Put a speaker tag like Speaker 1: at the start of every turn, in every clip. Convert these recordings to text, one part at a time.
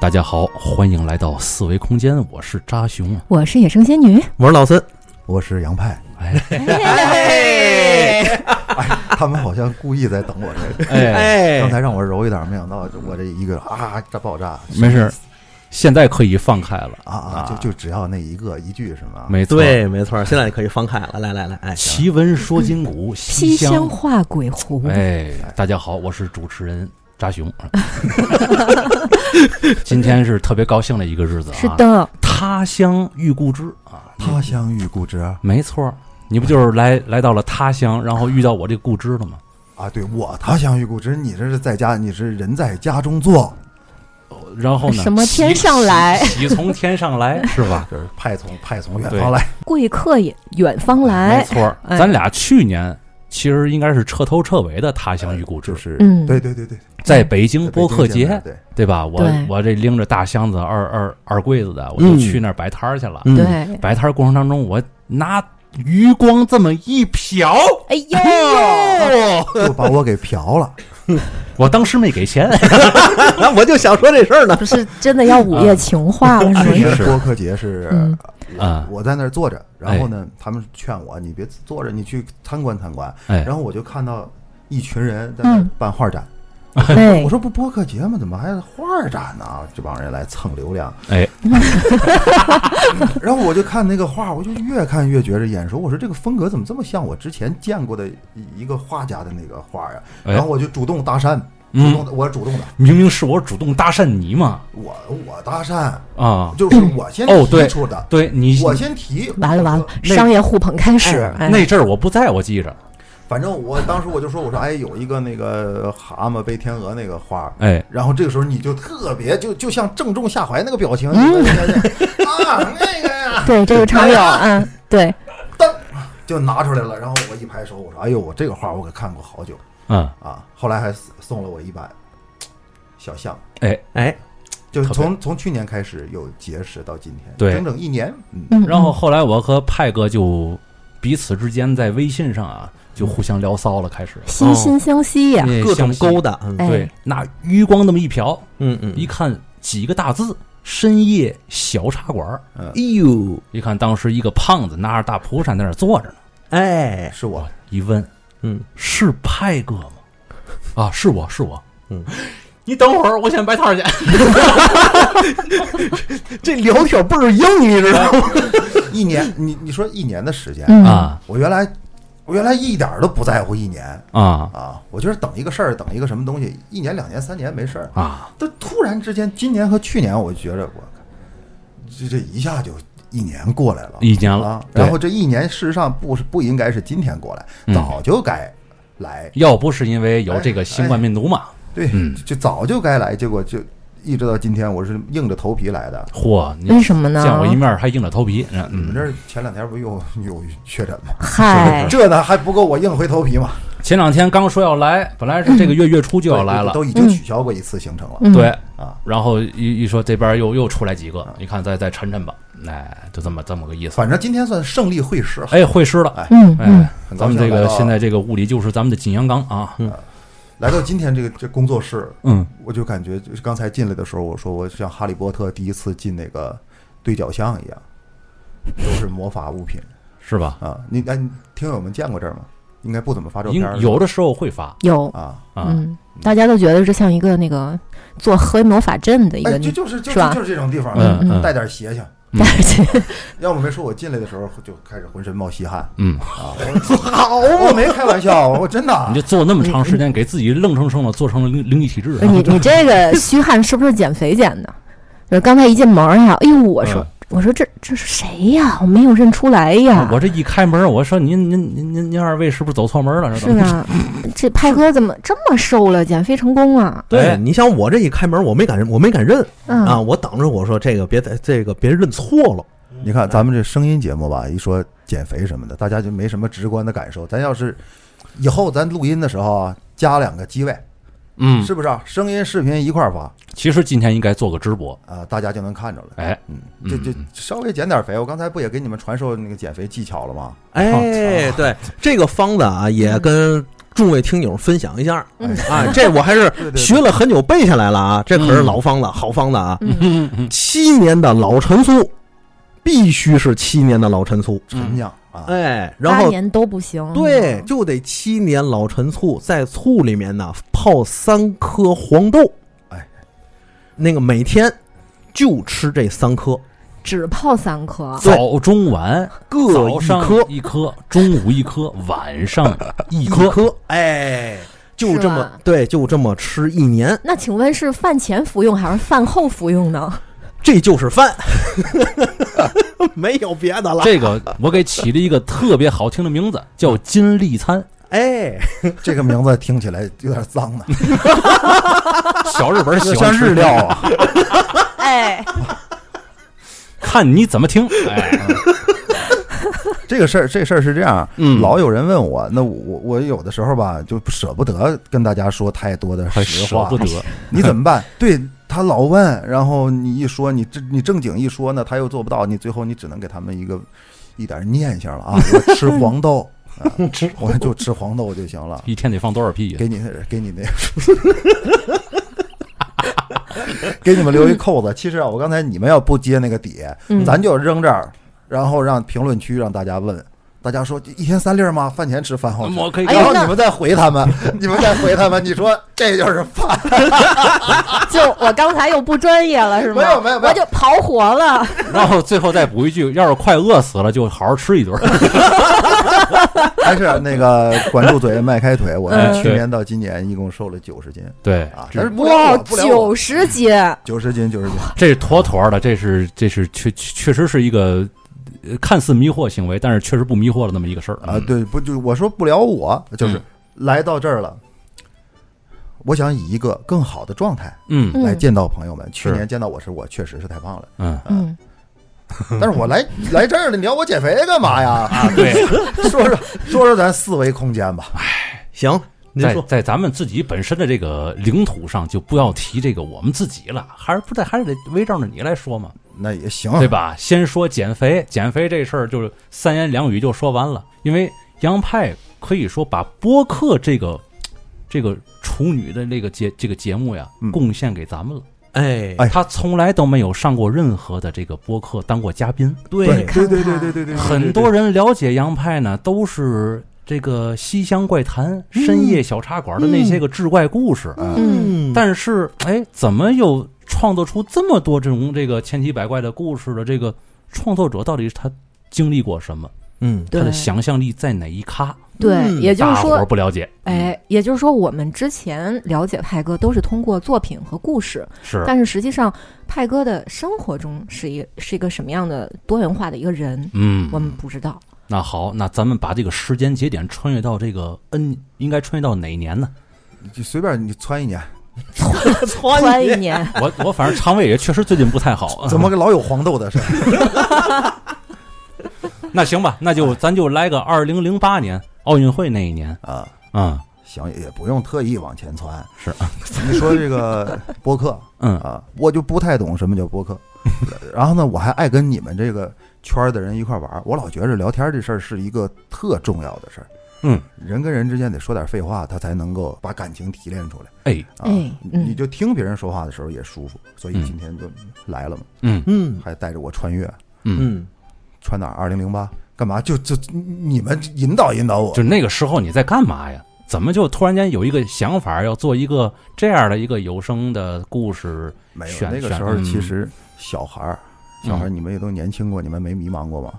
Speaker 1: 大家好，欢迎来到四维空间，我是扎熊啊，
Speaker 2: 我是野生仙女，
Speaker 3: 我是老孙，
Speaker 4: 我是杨派。
Speaker 1: 哎
Speaker 3: 哎
Speaker 4: 哎，他们好像故意在等我这个。
Speaker 1: 哎，
Speaker 3: 哎
Speaker 4: 刚才让我揉一点，没想到我这一个啊，这爆炸
Speaker 1: 没事儿，现在可以放开了
Speaker 4: 啊啊，就就只要那一个一句是吗？
Speaker 1: 没错。
Speaker 3: 对，没错，现在可以放开了，来来来，哎，
Speaker 1: 奇闻说今古，西
Speaker 2: 西
Speaker 1: 厢
Speaker 2: 厢画鬼狐。
Speaker 1: 哎，大家好，我是主持人扎 熊。今天是特别高兴的一个日子啊，
Speaker 2: 是，的，
Speaker 1: 他乡遇故知啊，
Speaker 4: 他乡遇故知啊，
Speaker 1: 没错儿，你不就是 来来到了他乡，然后遇到我这故知了吗？
Speaker 4: 啊对我他乡遇故知，你这是在家，你是人在家中坐，
Speaker 1: 然后呢？
Speaker 2: 什么天
Speaker 1: 喜
Speaker 2: 上来
Speaker 1: 喜喜从天上来是 吧？
Speaker 4: 这是派从派从远
Speaker 1: 对
Speaker 4: 方来，
Speaker 2: 贵客也远方
Speaker 1: 没
Speaker 2: 来。
Speaker 1: 错儿，
Speaker 2: 哎
Speaker 1: 咱俩去年其实应该是彻头彻尾的他乡遇故知
Speaker 4: 就，是
Speaker 2: 嗯
Speaker 4: 对对对对，
Speaker 1: 在北京
Speaker 4: 在
Speaker 1: 播客
Speaker 4: 北京见
Speaker 1: 节
Speaker 4: 面，对，
Speaker 1: 对吧？我
Speaker 2: 对
Speaker 1: 我这拎着大箱子二二二柜子的，我就
Speaker 3: 嗯
Speaker 1: 去那儿摆摊儿去了。
Speaker 3: 嗯，
Speaker 2: 对，
Speaker 1: 摆摊儿过程当中，我拿余光这么一瞟，
Speaker 2: 哎呦，
Speaker 1: 哎
Speaker 4: 就把我给嫖了。
Speaker 1: 我当时没给 钱，
Speaker 3: 那 我就想说这事儿呢，
Speaker 2: 不是真的要午夜情话了，
Speaker 1: 哎
Speaker 2: 是吗？
Speaker 4: 是播客节是
Speaker 2: 嗯
Speaker 1: 啊
Speaker 4: 我在那儿坐着，然后呢，他们劝我，你别坐着，你去参观参观。
Speaker 1: 哎
Speaker 4: 然后我就看到一群人在那儿
Speaker 2: 嗯
Speaker 4: 办画展，
Speaker 1: 哎
Speaker 2: 对
Speaker 4: 我，说不播客节吗？怎么还画展呢？这帮人来蹭流量。
Speaker 1: 哎，
Speaker 4: 然后我就看那个画，我就越看越觉着眼熟。我说这个风格怎么这么像我之前见过的一个画家的那个画呀？
Speaker 1: 哎
Speaker 4: 然后我就主动搭讪，主
Speaker 1: 嗯
Speaker 4: 动的，我主动的，
Speaker 1: 明明是我主动搭讪你嘛，
Speaker 4: 我我搭讪
Speaker 1: 啊，
Speaker 2: 哎
Speaker 4: 就是我先
Speaker 1: 哦对
Speaker 4: 提出的，
Speaker 1: 对你
Speaker 4: 我先提。
Speaker 2: 完了完了
Speaker 4: 我说，
Speaker 1: 那
Speaker 2: 商业互捧开始。哎
Speaker 1: 那阵儿我不在，我记着，
Speaker 4: 反正我当时我就说，我说哎，有一个那个蛤蟆背天鹅那个画，
Speaker 1: 哎，
Speaker 4: 然后这个时候你就特别就就像正中下怀那个表情，
Speaker 1: 嗯
Speaker 4: 你知道吗啊那个呀，
Speaker 2: 对这个常
Speaker 1: 哎
Speaker 2: 有，嗯，对，
Speaker 4: 噔就拿出来了，然后我一拍手，我说哎呦，我这个画我可看过好久
Speaker 1: 嗯，
Speaker 4: 啊，后来还送了我一把小象，
Speaker 1: 哎，
Speaker 3: 哎，
Speaker 4: 就是
Speaker 1: 特别
Speaker 4: 从从去年开始有结识到今天，
Speaker 1: 对
Speaker 4: 整整一年，嗯，
Speaker 2: 嗯，
Speaker 1: 然后哦后来我和派哥就彼此之间在微信上啊，就互相聊骚了，开始
Speaker 2: 心心相惜呀，
Speaker 1: 哎
Speaker 3: 各
Speaker 1: 相
Speaker 3: 种
Speaker 1: 信
Speaker 3: 勾搭，嗯
Speaker 2: 哎
Speaker 1: 对，那余光那么一瞟，
Speaker 3: 嗯嗯，
Speaker 1: 一看几个大字“深夜小茶馆儿
Speaker 3: 哎呦，”，
Speaker 1: 一看当时一个胖子拿着大蒲扇在那儿坐着呢，
Speaker 3: 哎，
Speaker 4: 是我
Speaker 1: 一问
Speaker 3: 嗯，
Speaker 1: 是派哥吗？啊，是我是我，
Speaker 3: 嗯，
Speaker 1: 你等会儿，我先摆摊儿去。
Speaker 3: 这聊天倍儿硬，你知道吗？
Speaker 4: 一年，你你说一年的时间，
Speaker 2: 嗯
Speaker 1: 啊
Speaker 4: 我原来我原来一点儿都不在乎一年
Speaker 1: 啊
Speaker 4: 啊，我就是等一个事儿，等一个什么东西，一年两年三年没事儿，
Speaker 1: 啊！
Speaker 4: 但突然之间，今年和去年，我觉着我这这一下就一年过来了，
Speaker 1: 一年了
Speaker 4: 啊
Speaker 1: 对
Speaker 4: 然后这一年事实上不是不应该是今天过
Speaker 1: 嗯
Speaker 4: 来，早就该来，
Speaker 1: 要不是因为有这个新冠病毒嘛，
Speaker 4: 对，
Speaker 1: 嗯
Speaker 4: 就早就该来，结果就一直到今天，我是硬着头皮来的。
Speaker 1: 嚯，你
Speaker 2: 哎为什么呢？
Speaker 1: 见我一面儿还硬着头皮，
Speaker 4: 你们
Speaker 1: 嗯
Speaker 4: 这，儿前两天不又又确诊吗？
Speaker 1: 哎
Speaker 2: 嗨，
Speaker 4: 这呢还不够我硬回头皮吗？
Speaker 1: 前两天刚说要来，本来是这个月月初就要来了，嗯
Speaker 4: 都已经取消过一次行程了
Speaker 2: 嗯
Speaker 1: 对，
Speaker 4: 啊。
Speaker 1: 然后一一说这边又又出来几个，你看再再抻抻吧，哎，就这么这么个意思。
Speaker 4: 嗯反正今天算胜利会师了，
Speaker 1: 哎，会师了，
Speaker 2: 嗯嗯
Speaker 1: 哎，
Speaker 4: 很
Speaker 1: 咱
Speaker 4: 高兴
Speaker 1: 们这
Speaker 4: 来
Speaker 1: 个
Speaker 4: 到嗯
Speaker 1: 现在这个物理就是咱们的锦阳冈啊，
Speaker 4: 来到今天这个这工作室，
Speaker 1: 嗯，
Speaker 4: 我就感觉就是刚才进来的时候，我说我像哈利波特第一次进那个对角巷一样，都是魔法物品
Speaker 1: 是吧？
Speaker 4: 啊！你哎，你听友们见过这儿吗？应该不怎么发照
Speaker 1: 应
Speaker 4: 片儿，
Speaker 1: 有的时候会发
Speaker 2: 有，
Speaker 4: 啊。
Speaker 1: 啊，
Speaker 2: 嗯，大家都觉得这像一个那个做黑魔法阵的一
Speaker 4: 哎，
Speaker 2: 个
Speaker 4: 就就是就是
Speaker 2: 吧
Speaker 4: 就就是这种地方，
Speaker 1: 嗯嗯
Speaker 4: 带点邪性。
Speaker 1: 嗯
Speaker 2: 但是
Speaker 4: 要不没说我进来的时候就开始浑身冒稀汗
Speaker 1: 嗯，
Speaker 4: 啊！我 好，我没开玩笑，我真的啊
Speaker 1: 你这做那么长时间，给自己愣生生的做成了灵灵异体质啊，
Speaker 2: 哎你你 这个虚汗是不是减肥减的？就是刚才一进门儿呀，哎呦，我说、
Speaker 1: 嗯
Speaker 2: 我说这这是谁呀？我没有认出来 呀。
Speaker 1: 我这一开门，我说您您您您您二位是不是走错门了？
Speaker 2: 是啊， 这派哥怎么这么瘦了？减肥成功啊？
Speaker 3: 对，你像我这一开门，我没敢，我没敢认
Speaker 2: 嗯
Speaker 3: 啊，我等着我说这个别再这个别认错了，
Speaker 4: 你看咱们这声音节目吧，一说减肥什么的，大家就没什么直观的感受。咱要是以后咱录音的时候啊，加两个机位，
Speaker 1: 嗯，
Speaker 4: 是不是、啊？声音、视频一块儿发啊、啊
Speaker 1: 其实今天应该做个直播，
Speaker 4: 大家就能看着了。
Speaker 1: 哎，
Speaker 4: 嗯，这这稍微减点肥，我刚才不也给你们传授那个减肥技巧了吗？
Speaker 3: 哎，对，这个方子啊，也跟众位听友分享一下
Speaker 2: 嗯
Speaker 3: 啊，这我还是
Speaker 4: 哎对对对
Speaker 3: 学了很久背下来了啊，这可是老方子，好方子啊！
Speaker 2: 嗯
Speaker 4: 嗯
Speaker 3: 七年的老陈醋，必须是七年的老陈醋，
Speaker 1: 嗯
Speaker 4: 陈酿啊，
Speaker 3: 哎，然
Speaker 2: 八
Speaker 3: 后
Speaker 2: 年都不行。
Speaker 3: 对，就得七年老陈醋，在醋里面呢泡三颗黄豆，
Speaker 4: 哎，
Speaker 3: 那个每天就吃这三颗，
Speaker 2: 只泡三颗，
Speaker 1: 早中晚
Speaker 3: 各
Speaker 1: 早
Speaker 3: 一
Speaker 1: 上
Speaker 3: 颗，
Speaker 1: 一颗，中午一颗，晚上一
Speaker 3: 一
Speaker 1: 颗。
Speaker 3: 颗，哎，就是这么
Speaker 2: 吧
Speaker 3: 对，就这么吃一年，
Speaker 2: 那请问是饭前服用还是饭后服用呢？
Speaker 3: 这就是饭，没有别的了，
Speaker 1: 这个我给起了一个特别好听的名字，叫金立餐。
Speaker 3: 哎，
Speaker 4: 这个名字听起来有点脏呢，啊
Speaker 1: 小日 本喜
Speaker 4: 像
Speaker 1: 欢吃
Speaker 4: 日料 啊，
Speaker 2: 哎，
Speaker 1: 看你怎么听。哎，
Speaker 4: 这个事儿，这事儿是这样，
Speaker 1: 嗯
Speaker 4: 老有人问我，那我我有的时候吧，就舍不得跟大家说太多的
Speaker 1: 还
Speaker 4: 实
Speaker 1: 舍
Speaker 4: 话
Speaker 1: 不，得。
Speaker 4: 你怎么办？对他老问，然后你一说，你这你正经一说呢，他又做不到，你最后你只能给他们一个一点念想了啊，我吃黄豆，啊、我就吃黄豆就行 了，
Speaker 1: 一天得放多少屁呀？
Speaker 4: 给你给你那。 给你们留一扣子。其实啊，我刚才你们要不接那个底，
Speaker 2: 嗯
Speaker 4: 咱就扔这儿，然后让评论区让大家问，大家说一天三粒儿吗？饭前吃，饭后吃。
Speaker 1: 我可以告
Speaker 2: 哎呦
Speaker 4: 然后
Speaker 2: 那
Speaker 4: 你们再回他们， 你们再回他们，你说这就是饭。
Speaker 2: 就我刚才又不专业了是吗？
Speaker 4: 没有没有没
Speaker 2: 我
Speaker 4: 有
Speaker 2: 就刨活了。
Speaker 1: 然后最后再补一句：要是快饿死了，就好好吃一顿。
Speaker 4: 还是那个管住嘴，迈开腿。我
Speaker 2: 嗯
Speaker 4: 去年到今年一共瘦了九十斤
Speaker 1: 对，
Speaker 4: 啊，但是不了
Speaker 2: 哇，
Speaker 4: 我，不了我
Speaker 2: 九，十斤，
Speaker 4: 九十斤，九十斤。
Speaker 1: 这是妥妥的，这是这是确确确实是一个呃看似迷惑行为，但是确实不迷惑的那么一个事儿
Speaker 4: 啊，。对，不就我说不了我，就是
Speaker 1: 嗯
Speaker 4: 来到这儿了。我想以一个更好的状态
Speaker 1: 嗯
Speaker 4: 来
Speaker 2: 嗯
Speaker 4: 见到朋友们。去
Speaker 1: 是
Speaker 4: 年见到我时，我确实是太胖了，
Speaker 1: 嗯，
Speaker 2: 嗯，
Speaker 4: 但是我来来这儿了，你要我减肥干嘛呀？
Speaker 1: 啊，对，
Speaker 4: 说说说说咱四维空间吧，
Speaker 3: 行，您
Speaker 1: 在
Speaker 3: 说，
Speaker 1: 在咱们自己本身的这个领土上，就不要提这个我们自己了，还是不对，还是得围绕着你来说嘛，
Speaker 4: 那也行，
Speaker 1: 对吧？先说减肥，减肥这事儿就是三言两语就说完了，因为杨派可以说把播客这个这个处女的那个节这个节目呀
Speaker 4: 嗯，
Speaker 1: 贡献给咱们了。
Speaker 3: 哎，
Speaker 4: 哎
Speaker 1: 他从来都没有上过任何的这个播客当过嘉宾，
Speaker 4: 对
Speaker 3: 对，
Speaker 4: 对对对对对嗯对，
Speaker 1: 很多人了解杨派呢，都是这个西厢怪谈、深夜小茶馆的那些个志怪故事。
Speaker 2: 嗯
Speaker 3: 嗯，
Speaker 1: 但是，哎，怎么又创作出这么多这种这个千奇百怪的故事的这个创作者，到底他经历过什么？
Speaker 3: 嗯，
Speaker 1: 他
Speaker 2: 对
Speaker 1: 的想象力在哪一咖？
Speaker 2: 对，也就是
Speaker 1: 嗯大伙
Speaker 2: 说
Speaker 1: 儿，不了解。
Speaker 2: 哎，也就是说，我们之前了解派哥都是通过作品和故事，
Speaker 1: 嗯，是，
Speaker 2: 但是实际上，派哥的生活中是一是一个什么样的多元化的一个人，
Speaker 1: 嗯，
Speaker 2: 我们不知道。
Speaker 1: 那好，那咱们把这个时间节点穿越到这个 N，应该穿越到哪一年呢？
Speaker 4: 就随便你穿一年，
Speaker 3: 啊
Speaker 2: 穿一年，
Speaker 1: 我我反正肠胃也确实最近不太 好。
Speaker 4: 怎么个老有黄豆的事儿？
Speaker 1: 那行吧，那
Speaker 2: 啊
Speaker 1: 就咱就来个二零零八年奥运会那一年
Speaker 4: 啊？
Speaker 1: 啊、
Speaker 4: 行，也不用特意往前窜。
Speaker 1: 是，
Speaker 4: 你说这个播客
Speaker 1: 嗯
Speaker 4: 啊，我就不太懂什么叫播客。 然后呢，我还爱跟你们这个圈儿的人一块儿玩儿，我老觉着聊天这事儿是一个特重要的事儿。
Speaker 1: 嗯，
Speaker 4: 人跟人之间得说点废话，他才能够把感情提炼出来。
Speaker 1: 哎，
Speaker 4: 啊，
Speaker 2: 哎嗯
Speaker 4: 你就听别人说话的时候也舒服，所以
Speaker 1: 嗯
Speaker 4: 今天就来了嘛，
Speaker 1: 嗯
Speaker 3: 嗯
Speaker 4: 还带着我穿越，
Speaker 1: 嗯，
Speaker 3: 嗯，
Speaker 4: 穿哪二零零八干嘛？就就你们引导引导我
Speaker 1: 就，那个时候你在干嘛呀？怎么就突然间有一个想法要做一个这样的一个有声的故事？
Speaker 4: 没有
Speaker 1: 选
Speaker 4: 那个
Speaker 1: 选
Speaker 4: 时候
Speaker 1: 嗯
Speaker 4: 其实小孩儿，小孩儿你们也都年轻过，你们没迷茫过吗？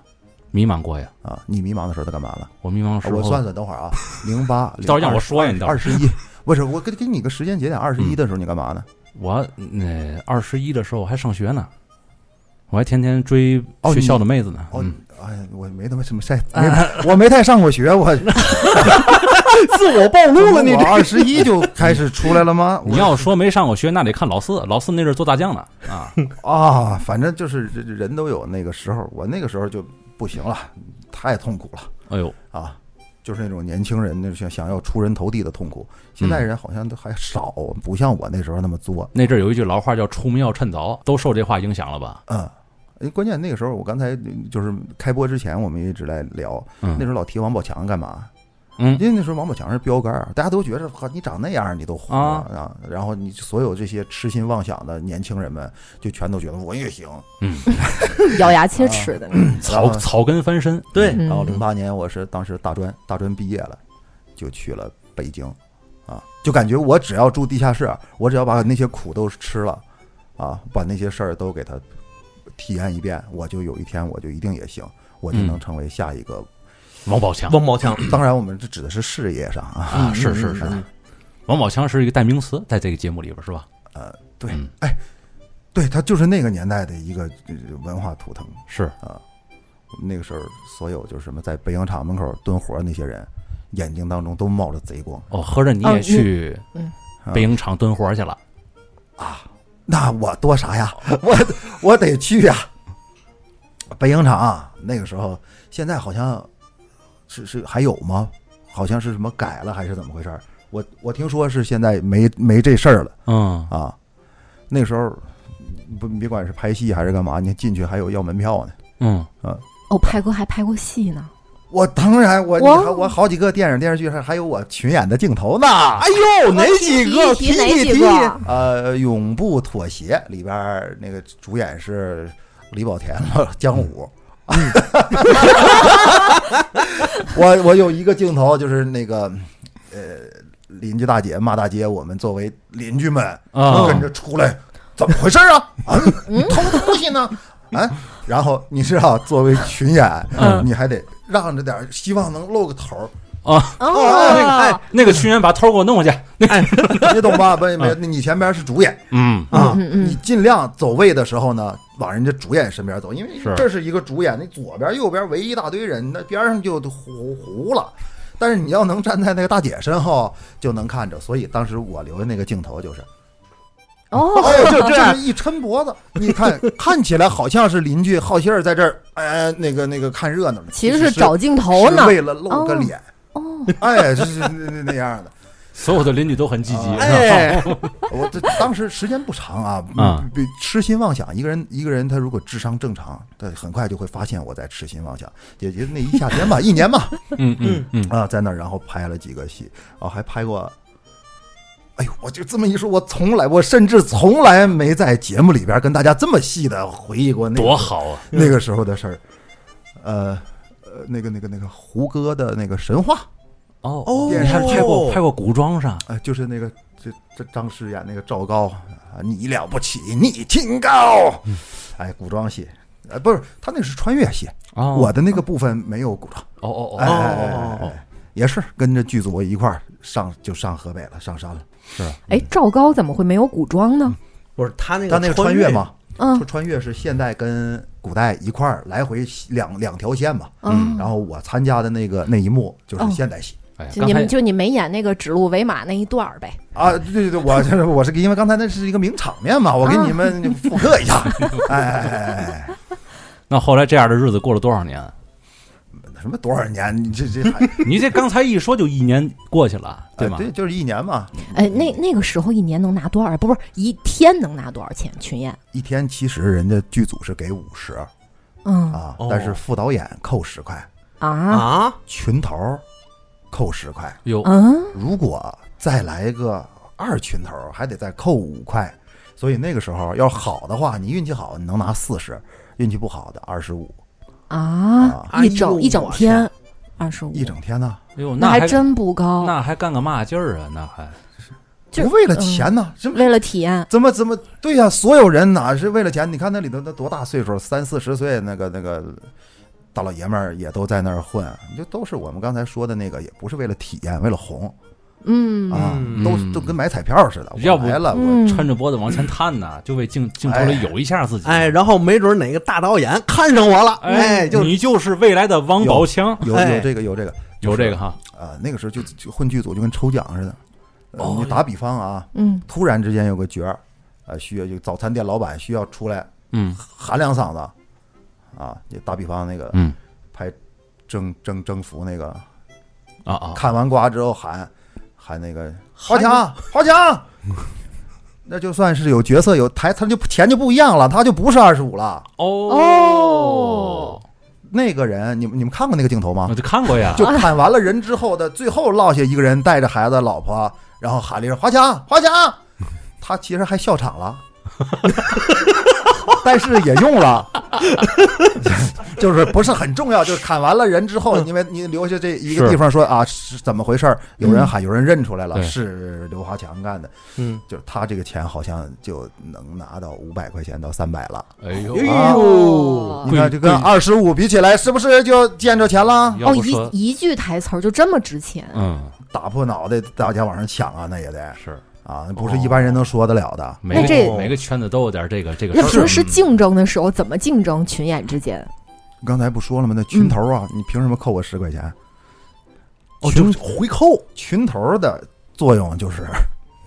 Speaker 1: 迷茫过呀，
Speaker 4: 啊，你迷茫的时候他干嘛了？
Speaker 1: 我迷茫的时
Speaker 4: 啊
Speaker 1: 候，
Speaker 4: 我算算，等会 儿啊，零八，
Speaker 1: 到时候让我说呀，你到时
Speaker 4: 二
Speaker 1: 候嗯
Speaker 4: 十一，不是我给给你个时间节点，二十一的时候你干嘛呢？
Speaker 1: 我那二十一的时候我还上学呢，我还天天追
Speaker 4: 哦
Speaker 1: 学
Speaker 4: 你
Speaker 1: 校的妹子呢。
Speaker 4: 哦
Speaker 1: 嗯，，哎
Speaker 4: 哎呀，我没他妈什么晒， 没我没太上过学，我
Speaker 3: 自我暴露了，你
Speaker 4: 我
Speaker 3: 这
Speaker 4: 二十一就开始出来了吗？
Speaker 1: 你要说没上过学，那得看老四，老四那阵儿做大将呢啊。
Speaker 4: 我啊，反正就是人人都有那个时候，我那个时候就不行了，太痛苦了
Speaker 1: 哎呦，
Speaker 4: 啊。就是那种年轻人，那想想要出人头地的痛苦。现
Speaker 1: 嗯
Speaker 4: 在人好像都还少，不像我那时候那么作。
Speaker 1: 那阵儿有一句老话叫“出名要趁早”，都受这话影响了吧？
Speaker 4: 嗯，哎关键那个时候，我刚才就是开播之前，我们一直在聊，
Speaker 1: 嗯
Speaker 4: 那时候老提王宝强干嘛？
Speaker 1: 嗯
Speaker 4: 因为那时候王宝强是标杆儿，大家都觉着呵，你长那样儿你都火
Speaker 1: 啊
Speaker 4: 啊。然后你所有这些痴心妄想的年轻人们，就全都觉得我也行。
Speaker 1: 嗯，
Speaker 2: 咬牙切齿的那种。
Speaker 1: 草草根翻身，
Speaker 3: 对
Speaker 2: 嗯
Speaker 4: 然后零八年我是当时大专，大专毕业了，就去了北京，啊，就感觉我只要住地下室，我只要把那些苦都吃了，啊，把那些事儿都给他体验一遍，我就有一天我就一定也行，我就能
Speaker 1: 嗯
Speaker 4: 成为下一个。
Speaker 1: 王宝强，
Speaker 3: 王宝强
Speaker 4: 当然，我们这指的是事业上啊，
Speaker 3: 嗯
Speaker 1: 啊，是是是，王宝强是一个代名词，在这个节目里边是吧？
Speaker 4: 呃，对
Speaker 1: 嗯，
Speaker 4: 哎，对他就是那个年代的一个呃文化图腾。
Speaker 1: 是，
Speaker 4: 那个时候，所有就是什么在北影厂门口蹲活儿那些人，眼睛当中都冒着贼光。
Speaker 1: 哦，合着你
Speaker 2: 哦
Speaker 1: 也
Speaker 2: 你
Speaker 1: 去
Speaker 4: 啊
Speaker 1: 北影厂蹲活去了？
Speaker 4: 那我多啥呀？ 我我得去呀、北影厂啊那个时候，现在好像是是还有吗？好像是什么改了还是怎么回事儿？我我听说是现在没没这事儿了
Speaker 1: 嗯，
Speaker 4: 啊。那时候不你别管是拍戏还是干嘛，你进去还有要门票呢。
Speaker 1: 嗯，
Speaker 2: 哦，拍过还拍过戏呢，
Speaker 4: 我当然我你
Speaker 2: 哇
Speaker 4: 还我好几个电影电视剧还还有我群演的镜头呢。
Speaker 3: 哎呦，哪几个？
Speaker 2: 提哦哪
Speaker 3: 提
Speaker 2: 几
Speaker 3: 提
Speaker 2: 个？
Speaker 4: 呃，永不妥协里边儿那个主演是李保田了，姜武。
Speaker 1: 嗯
Speaker 4: 我我有一个镜头就是那个呃邻居大姐骂大街，我们作为邻居们
Speaker 1: 啊
Speaker 4: 跟着出来，怎么回事儿啊？啊，偷东西呢？啊，然后你知道，作为群演，
Speaker 1: 嗯
Speaker 4: 你还得让着点儿，希望能露个头儿。
Speaker 1: 哎
Speaker 2: 哦，
Speaker 1: 那个群员把偷给我弄回去。
Speaker 4: 你懂吧？不，没，你前边是主演，
Speaker 1: 嗯
Speaker 3: 啊，
Speaker 2: 嗯
Speaker 4: 你
Speaker 2: 嗯
Speaker 4: 尽量走位的时候呢，往人家主演身边走，因为
Speaker 1: 是
Speaker 4: 这是一个主演，你左边右边围一大堆人，那边上就糊糊了。但是你要能站在那个大姐身后，就能看着。所以当时我留的那个镜头就是，
Speaker 2: 嗯，哦，
Speaker 4: 哎，就这样一抻脖子，你看 看起来好像是邻居好心儿在这儿，哎，那个那个看热闹呢，
Speaker 2: 其实
Speaker 4: 是
Speaker 2: 是找镜头呢
Speaker 4: 是。为了露
Speaker 2: 哦
Speaker 4: 个脸，
Speaker 2: 哦，
Speaker 4: 哎，就是那那样的。
Speaker 1: 所有的邻居都很积极，嗯
Speaker 3: 哎，
Speaker 4: 我这当时时间不长啊，
Speaker 1: 啊
Speaker 4: 嗯，比痴心妄想，一个人一个人他如果智商正常，他很快就会发现我在痴心妄想，也就那一夏天吧，一年吧，
Speaker 1: 嗯嗯嗯，
Speaker 4: 啊，在那儿然后拍了几个戏，啊，还拍过。哎呦，我就这么一说，我从来，我甚至从来没在节目里边跟大家这么细的回忆过那
Speaker 1: 多
Speaker 4: 个
Speaker 1: 好啊！
Speaker 4: 那个时候的事儿，呃。呃，那个、那个、那个胡歌的那个神话，
Speaker 1: 哦
Speaker 3: 哦
Speaker 1: 你还拍过拍过古装上，
Speaker 4: 哎、就是那个这这张弛演那个赵高，啊你了不起，你清高，哎，古装戏，哎，不是，他那是穿越戏，
Speaker 1: 哦
Speaker 4: 我的那个部分没有古装，
Speaker 1: 哦哦
Speaker 4: 哎哎哎哎
Speaker 1: 哦
Speaker 4: 哎也是跟着剧组一块儿上就上河北了，上山了，
Speaker 2: 哎，赵高怎么会没有古装呢？
Speaker 3: 不是他那个
Speaker 4: 他那个穿
Speaker 3: 越？
Speaker 4: 越嘛，
Speaker 2: 嗯
Speaker 4: 说穿越是现代跟古代一块儿来回两两条线嘛，
Speaker 2: 嗯，
Speaker 4: 然后我参加的那个那一幕就是
Speaker 2: 哦
Speaker 4: 现代戏。
Speaker 1: 哎呀，
Speaker 2: 就
Speaker 1: 刚
Speaker 2: 你
Speaker 1: 才
Speaker 2: 们就你没演那个指鹿为马那一段儿呗？
Speaker 4: 啊，对对对，我 是我是因为刚才那是一个名场面嘛，我给你们复刻一下， 哎哎哎哎哎。
Speaker 1: 那后来这样的日子过了多少年？
Speaker 4: 什么多少年？你这这还
Speaker 1: 你这刚才一说就一年过去了，对
Speaker 4: 呃
Speaker 1: 吗？
Speaker 4: 对，就是一年嘛，
Speaker 1: 嗯
Speaker 2: 哎，那那个时候一年能拿多少？不是一天能拿多少钱？群演，
Speaker 4: 一天其实人家剧组是给五十
Speaker 2: 嗯
Speaker 4: 啊
Speaker 1: 哦，
Speaker 4: 但是副导演扣十块，
Speaker 2: 啊，
Speaker 3: 啊，
Speaker 4: 群头扣十块，
Speaker 1: 有
Speaker 2: 嗯，
Speaker 4: 如果再来个二群头，还得再扣五块。所以那个时候要好的话，你运气好你能拿四十，运气不好的二十五
Speaker 2: 啊，
Speaker 4: 啊，
Speaker 3: 哎
Speaker 2: 一
Speaker 3: 呦
Speaker 2: 整一整
Speaker 3: 我
Speaker 2: 天二十五，
Speaker 4: 一整天呢、
Speaker 1: 哎呦，
Speaker 2: 那
Speaker 1: 还
Speaker 2: 还真不高，
Speaker 1: 那还干个嘛劲儿啊？那还
Speaker 2: 就嗯
Speaker 4: 不为了钱呢、这不
Speaker 2: 为了体验，
Speaker 4: 怎么怎么对呀、所有人哪是为了钱？你看那里头那多大岁数，三四十岁那个那个大老爷们儿也都在那儿混，就都是我们刚才说的那个，也不是为了体验，为了红
Speaker 2: 嗯
Speaker 4: 啊，
Speaker 3: 嗯
Speaker 4: 都都跟买彩票似的。
Speaker 1: 要
Speaker 4: 我
Speaker 1: 不
Speaker 4: 来了，我
Speaker 2: 嗯，
Speaker 1: 抻着脖子往前探呢，就为镜镜头里有一下自己。
Speaker 3: 哎，然后没准哪个大导演看上我了，哎，就
Speaker 1: 你就是未来的王宝强，
Speaker 4: 有
Speaker 3: 哎
Speaker 4: 有这个有这个
Speaker 1: 有这个哈，
Speaker 4: 啊、那个时候就就混剧组就跟抽奖似的。呃
Speaker 1: 哦
Speaker 4: 你打比方啊，
Speaker 2: 嗯
Speaker 4: 突然之间有个角儿，呃，需要就早餐店老板需要出来
Speaker 1: 嗯
Speaker 4: 喊两嗓子，啊，就打比方那个
Speaker 1: 嗯
Speaker 4: 拍征征征服那个
Speaker 1: 啊啊，
Speaker 4: 看完瓜之后喊喊那个华强，华强，那就算是有角色有台，他就钱就不一样了，他就不是二十五了。
Speaker 1: 哦，
Speaker 4: 那个人，你们你们看过那个镜头吗
Speaker 1: 我？就看过呀，
Speaker 4: 就砍完了人之后的最后落下一个人带着孩子、老婆，然后喊了一声“华强，华强”，他其实还笑场了， 但是也用了， 就是不是很重要。就是砍完了人之后，因为你留下这一个
Speaker 1: 是嗯
Speaker 4: 地方说啊是怎么回事儿，有人喊，有人认出来了，
Speaker 1: 对
Speaker 4: 是刘华强干的，
Speaker 3: 嗯，
Speaker 4: 就是他这个钱好像就能拿到五百块钱到三百了。
Speaker 1: 哎呦
Speaker 3: 哎，
Speaker 4: 啊
Speaker 2: 哦
Speaker 4: 你看这跟二十五比起来，是不是就见着钱了？
Speaker 1: 要
Speaker 2: 哦，
Speaker 1: 不说，
Speaker 2: 一一句台词儿就这么值钱，
Speaker 1: 嗯，
Speaker 4: 打破脑袋大家往上抢啊，那也得
Speaker 1: 是
Speaker 4: 啊，不是一般人能说得了的。
Speaker 1: 每
Speaker 2: 那
Speaker 1: 个
Speaker 2: 这
Speaker 1: 每个圈子都有点这个这个
Speaker 2: 那
Speaker 1: 事儿。
Speaker 2: 平时
Speaker 1: 嗯
Speaker 2: 竞争的时候怎么竞争？群演之间，
Speaker 4: 刚才不说了吗？那
Speaker 1: 嗯
Speaker 4: 群头啊，你凭什么扣我十块钱？
Speaker 1: 哦
Speaker 4: 群回扣群头的作用就是，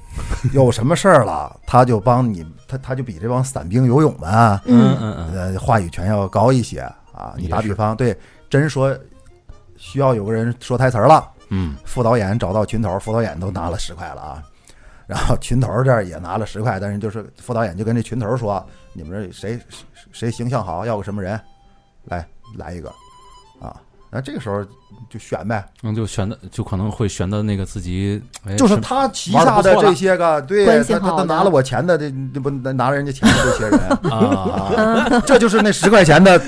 Speaker 4: 有什么事儿了，他就帮你，他他就比这帮散兵游泳们啊，
Speaker 1: 嗯嗯
Speaker 4: 呃，话语权要高一些啊。你
Speaker 1: 也
Speaker 4: 打比
Speaker 1: 是
Speaker 4: 方，对，真说需要有个人说台词儿了，
Speaker 1: 嗯
Speaker 4: 副导演找到群头，副导演都拿了十块了啊。然后群头这儿也拿了十块，但是就是副导演就跟这群头说：“你们这谁谁谁形象好，要个什么人，来来一个啊。”那这个时候就选呗，
Speaker 2: 哎
Speaker 1: 嗯，就选的就可能会选的那个自己，哎
Speaker 4: 就是
Speaker 1: 是
Speaker 4: 他旗下的这些个，对
Speaker 2: 关系
Speaker 4: 他
Speaker 2: 好的
Speaker 4: 他他拿了我钱的，这这不拿了人家钱的这些人
Speaker 1: 啊，
Speaker 4: 啊， 这就是那十块钱的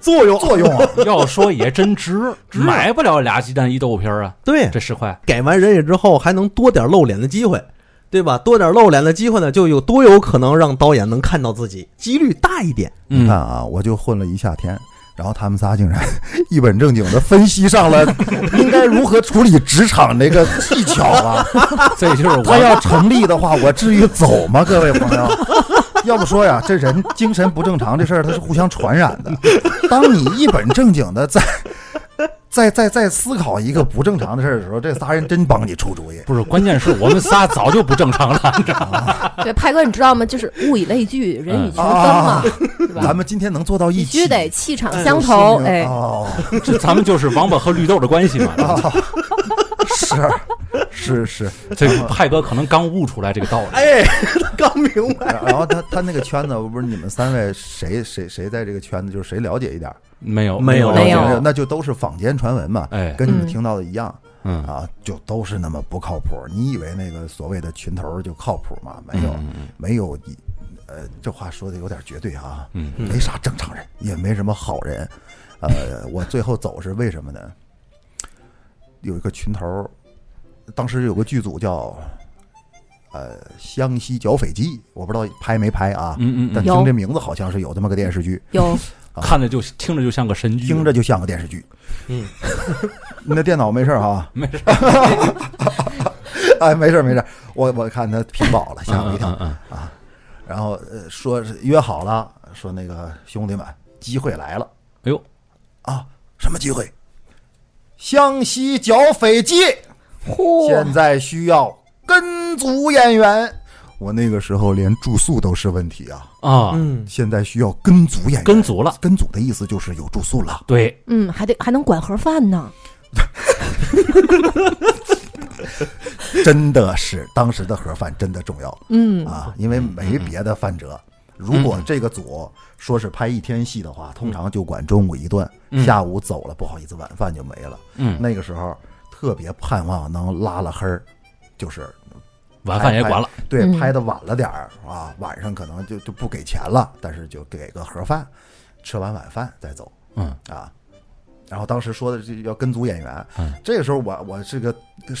Speaker 3: 作用
Speaker 4: 作用啊。
Speaker 1: 要说也真值，买不了俩鸡蛋一豆腐皮儿啊，
Speaker 3: 对，
Speaker 1: 这十块，
Speaker 3: 给完人家之后，还能多点露脸的机会，对吧？多点露脸的机会呢，就有多有可能让导演能看到自己，几率大一点。
Speaker 4: 你
Speaker 1: 嗯
Speaker 4: 看啊，我就混了一夏天，然后他们仨竟然 一本正经的分析上了 应该如何处理职场这个技巧 啊。
Speaker 1: 这就是
Speaker 4: 他
Speaker 1: 我
Speaker 4: 要成立的话，我至于走吗？各位朋友， 要不说呀，这人精神不正常这事儿，它是互相传染 的。当你一本正经的在。 在在在思考一个不正常的事儿的时候，这仨人真帮你出主意。
Speaker 1: 不是，关键是我们仨早就不正常了， 你知道吗？
Speaker 2: 对派哥，你知道吗？就是物以类聚，人以群分嘛，对吧
Speaker 4: 咱？们今天能做到一
Speaker 2: 必
Speaker 4: 起，
Speaker 2: 须得气场相投，
Speaker 4: 哎
Speaker 2: 哎
Speaker 4: 呦，哦，
Speaker 1: 这咱们就是王八和绿豆的关系嘛。
Speaker 4: 是是是，
Speaker 1: 这个派哥可能刚悟出来这个道理，
Speaker 3: 哎， 刚明白，
Speaker 4: 然后他他那个圈子，不是你们三位谁谁谁在这个圈子，就是谁了解一点儿，
Speaker 1: 没有
Speaker 3: 没有
Speaker 1: 了解
Speaker 2: 没有
Speaker 4: 那就都是坊间传闻嘛，
Speaker 1: 哎，
Speaker 4: 跟你
Speaker 2: 嗯
Speaker 4: 们听到的一样
Speaker 1: 嗯，
Speaker 4: 啊，就都是那么不靠谱。你以为那个所谓的群头就靠谱吗？没
Speaker 1: 嗯
Speaker 4: 有，没有一，呃，这话说的有点绝对啊，
Speaker 1: 嗯
Speaker 4: 没啥正常人，也没什么好人。呃，我最后走是为什么呢？有一个群头，当时有个剧组叫。呃，湘西剿匪记，我不知道拍没拍啊，
Speaker 1: 嗯嗯
Speaker 4: 但
Speaker 1: 嗯，
Speaker 4: 听
Speaker 2: 有
Speaker 4: 这名字好像是有这么个电视剧，
Speaker 2: 有
Speaker 4: 啊
Speaker 1: 看着就听着就像个神剧，
Speaker 4: 听着就像个电视剧。
Speaker 3: 嗯，
Speaker 4: 你的电脑没事儿哈？
Speaker 1: 没事，
Speaker 4: 哎，没事儿没事儿，我我看他屏保了，吓我
Speaker 1: 嗯
Speaker 4: 一跳
Speaker 1: 嗯嗯
Speaker 4: 啊。然后呃说是约好了，说那个兄弟们，机会来了
Speaker 1: 哎呦，
Speaker 4: 啊！什么机会？湘西剿匪记
Speaker 2: 嚯
Speaker 4: 现，在需要跟组演员。我那个时候连住宿都是问题啊，
Speaker 1: 啊，
Speaker 3: 嗯，
Speaker 4: 现在需要跟组演员。
Speaker 1: 跟足了，
Speaker 4: 跟组的意思就是有住宿了。
Speaker 1: 对，
Speaker 2: 嗯，还得还能管盒饭呢，
Speaker 4: 真的是当时的盒饭真的重要
Speaker 2: 嗯，
Speaker 4: 啊，因为没别的饭辙。如果这个组说是拍一天戏的话，通常就管中午一顿，下午走了，不好意思，晚饭就没了。
Speaker 1: 嗯，
Speaker 4: 那个时候特别盼望能拉拉黑儿，就是
Speaker 1: 晚饭也管了，
Speaker 4: 对
Speaker 2: 嗯
Speaker 4: 拍的晚了点儿啊，晚上可能就就不给钱了，但是就给个盒饭，吃完晚饭再走。
Speaker 1: 嗯
Speaker 4: 啊。然后当时说的这要跟组演员，
Speaker 1: 嗯
Speaker 4: 这个时候我我是个